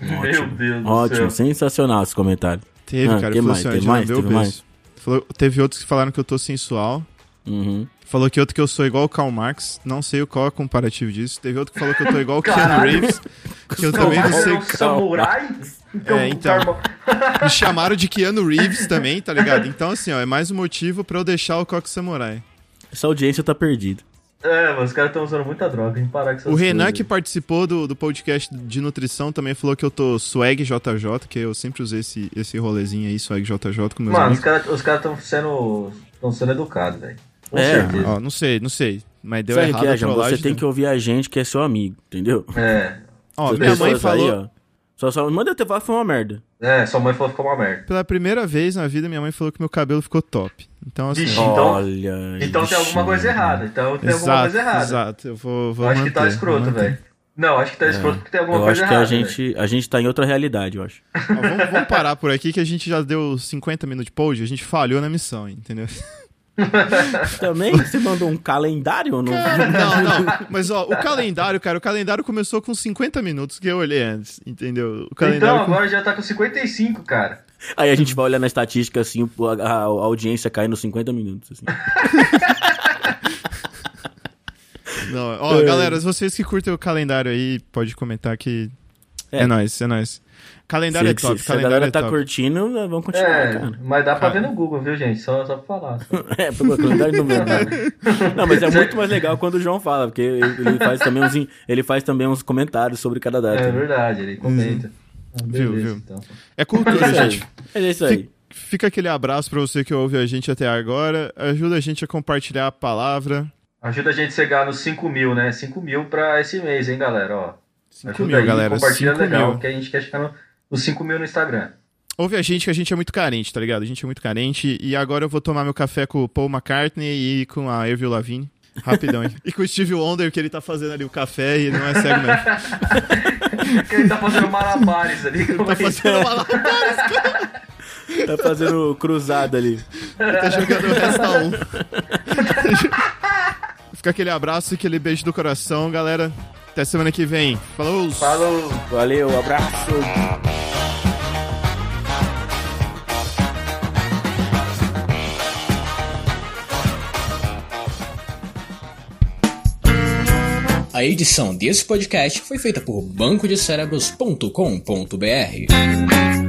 Speaker 4: Meu Deus do
Speaker 5: Ótimo,
Speaker 4: céu.
Speaker 5: sensacional esse comentário.
Speaker 1: Teve,
Speaker 5: Ah,
Speaker 1: cara.
Speaker 5: que
Speaker 1: Falou
Speaker 5: mais?
Speaker 1: assim, ó,
Speaker 5: Teve
Speaker 1: de
Speaker 5: mais?
Speaker 1: lamber o
Speaker 5: Teve
Speaker 1: beiço.
Speaker 5: mais?
Speaker 1: Falou- Teve outros que falaram que eu tô sensual.
Speaker 5: Uhum.
Speaker 1: Falou que outro que eu sou igual o Karl Marx, não sei qual é o comparativo disso. Teve outro que falou que eu tô igual o Keanu
Speaker 4: Caralho.
Speaker 1: Reeves, que eu também não sei.
Speaker 4: Coque Samurai? um
Speaker 1: É, então.
Speaker 4: Carmo-
Speaker 1: Me chamaram de Keanu Reeves também, tá ligado? Então, assim, ó, é mais um motivo pra eu deixar o Coque Samurai.
Speaker 5: Essa audiência tá perdida.
Speaker 4: É, mano, os caras estão usando muita droga, tem que parar com essas
Speaker 1: O Renan,
Speaker 4: coisas.
Speaker 1: que participou do, do podcast de nutrição, também falou que eu tô swag JJ, que eu sempre usei esse, esse rolezinho aí, swag JJ, com meus
Speaker 4: Mano, os
Speaker 1: amigos.
Speaker 4: caras os caras estão sendo, tão sendo educados, velho. Com
Speaker 5: É,
Speaker 4: certeza.
Speaker 1: Ó, não sei, não sei. Mas deu
Speaker 5: Sabe o
Speaker 1: errado
Speaker 5: que é,
Speaker 1: a
Speaker 5: João?
Speaker 1: trollagem. né?
Speaker 5: Você tem que ouvir a gente que é seu amigo, entendeu?
Speaker 4: É,
Speaker 1: Ó,
Speaker 5: Essas
Speaker 1: minha mãe
Speaker 5: pessoas
Speaker 1: falou...
Speaker 5: Aí, ó, só, só manda eu ter falado que foi uma merda.
Speaker 4: é, sua mãe falou que ficou uma merda.
Speaker 1: Pela primeira vez na vida, minha mãe falou que meu cabelo ficou top. Então, assim...
Speaker 4: Vixe,
Speaker 1: ó,
Speaker 4: Então-
Speaker 5: Olha.
Speaker 4: Então tem alguma coisa errada. Então tem alguma
Speaker 1: exato,
Speaker 4: coisa errada.
Speaker 1: exato. Eu vou, vou
Speaker 4: Eu acho
Speaker 1: manter,
Speaker 4: que tá escroto,
Speaker 1: vou manter.
Speaker 4: velho. Não, acho que tá escroto porque tem alguma
Speaker 5: É. Eu
Speaker 4: coisa
Speaker 5: acho que
Speaker 4: errada.
Speaker 5: a gente, a gente tá em outra realidade, eu acho.
Speaker 1: Ó, vamos, vamos parar por aqui, que a gente já deu 50 minutos de pod, a gente falhou na missão, entendeu?
Speaker 5: Também? Você mandou um calendário? No...
Speaker 1: Não, não. Mas, ó, o calendário, cara, o calendário começou com 50 minutos que eu olhei antes, entendeu? O
Speaker 4: velho.
Speaker 1: calendário
Speaker 4: Então
Speaker 1: com-
Speaker 4: agora já tá com 55, cara.
Speaker 5: Aí a gente vai olhar na estatística, assim, a, a- a audiência cai nos 50 minutos. assim.
Speaker 1: Não,
Speaker 5: É.
Speaker 1: ó, galera, vocês que curtem o calendário aí, pode comentar que é,
Speaker 5: É.
Speaker 1: nóis, é nóis. Calendário
Speaker 5: se,
Speaker 1: é top,
Speaker 5: se- se a
Speaker 1: calendário
Speaker 5: galera
Speaker 1: é
Speaker 5: tá
Speaker 1: top.
Speaker 5: curtindo, né, vamos continuar,
Speaker 4: É,
Speaker 5: cara.
Speaker 4: mas dá pra
Speaker 1: Cara.
Speaker 4: ver no Google, viu, gente? Só, só pra falar. só.
Speaker 5: É, pô, o calendário de novembro. Não, mas é muito mais legal quando o João fala, porque ele faz também uns, ele faz também uns comentários sobre cada data.
Speaker 4: É
Speaker 5: né?
Speaker 4: verdade, ele comenta. Ah,
Speaker 1: Uhum. Viu,
Speaker 4: beleza,
Speaker 1: viu.
Speaker 4: então.
Speaker 1: É cultura,
Speaker 5: É
Speaker 1: gente.
Speaker 5: isso aí. É isso aí.
Speaker 1: Fica aquele abraço pra você que ouve a gente até agora. Ajuda a gente a compartilhar a palavra.
Speaker 4: Ajuda a gente a chegar nos 5 mil, né? 5 mil pra esse mês, hein, galera? Ó,
Speaker 1: 5 mil, galera. 5
Speaker 4: compartilha legal,
Speaker 1: mil.
Speaker 4: que a gente quer chegar no- nos 5 mil no Instagram.
Speaker 1: Ouve a gente que a gente é muito carente, tá ligado? A gente é muito carente. E agora eu vou tomar meu café com o Paul McCartney e com a Avril Lavigne. Rapidão. hein? e com o Steve Wonder, que ele tá fazendo ali o café e ele não é cego mesmo.
Speaker 4: Porque ele tá fazendo malabares ali.
Speaker 1: Ele tá fazendo uma lá,
Speaker 5: Tá fazendo cruzada ali.
Speaker 1: tá jogando o resta um. Fica aquele abraço e aquele beijo do coração, galera. Até semana que vem. Falou!
Speaker 4: Falou!
Speaker 5: Valeu, abraço.
Speaker 6: A edição desse podcast foi feita por bancodecerebros.com.br.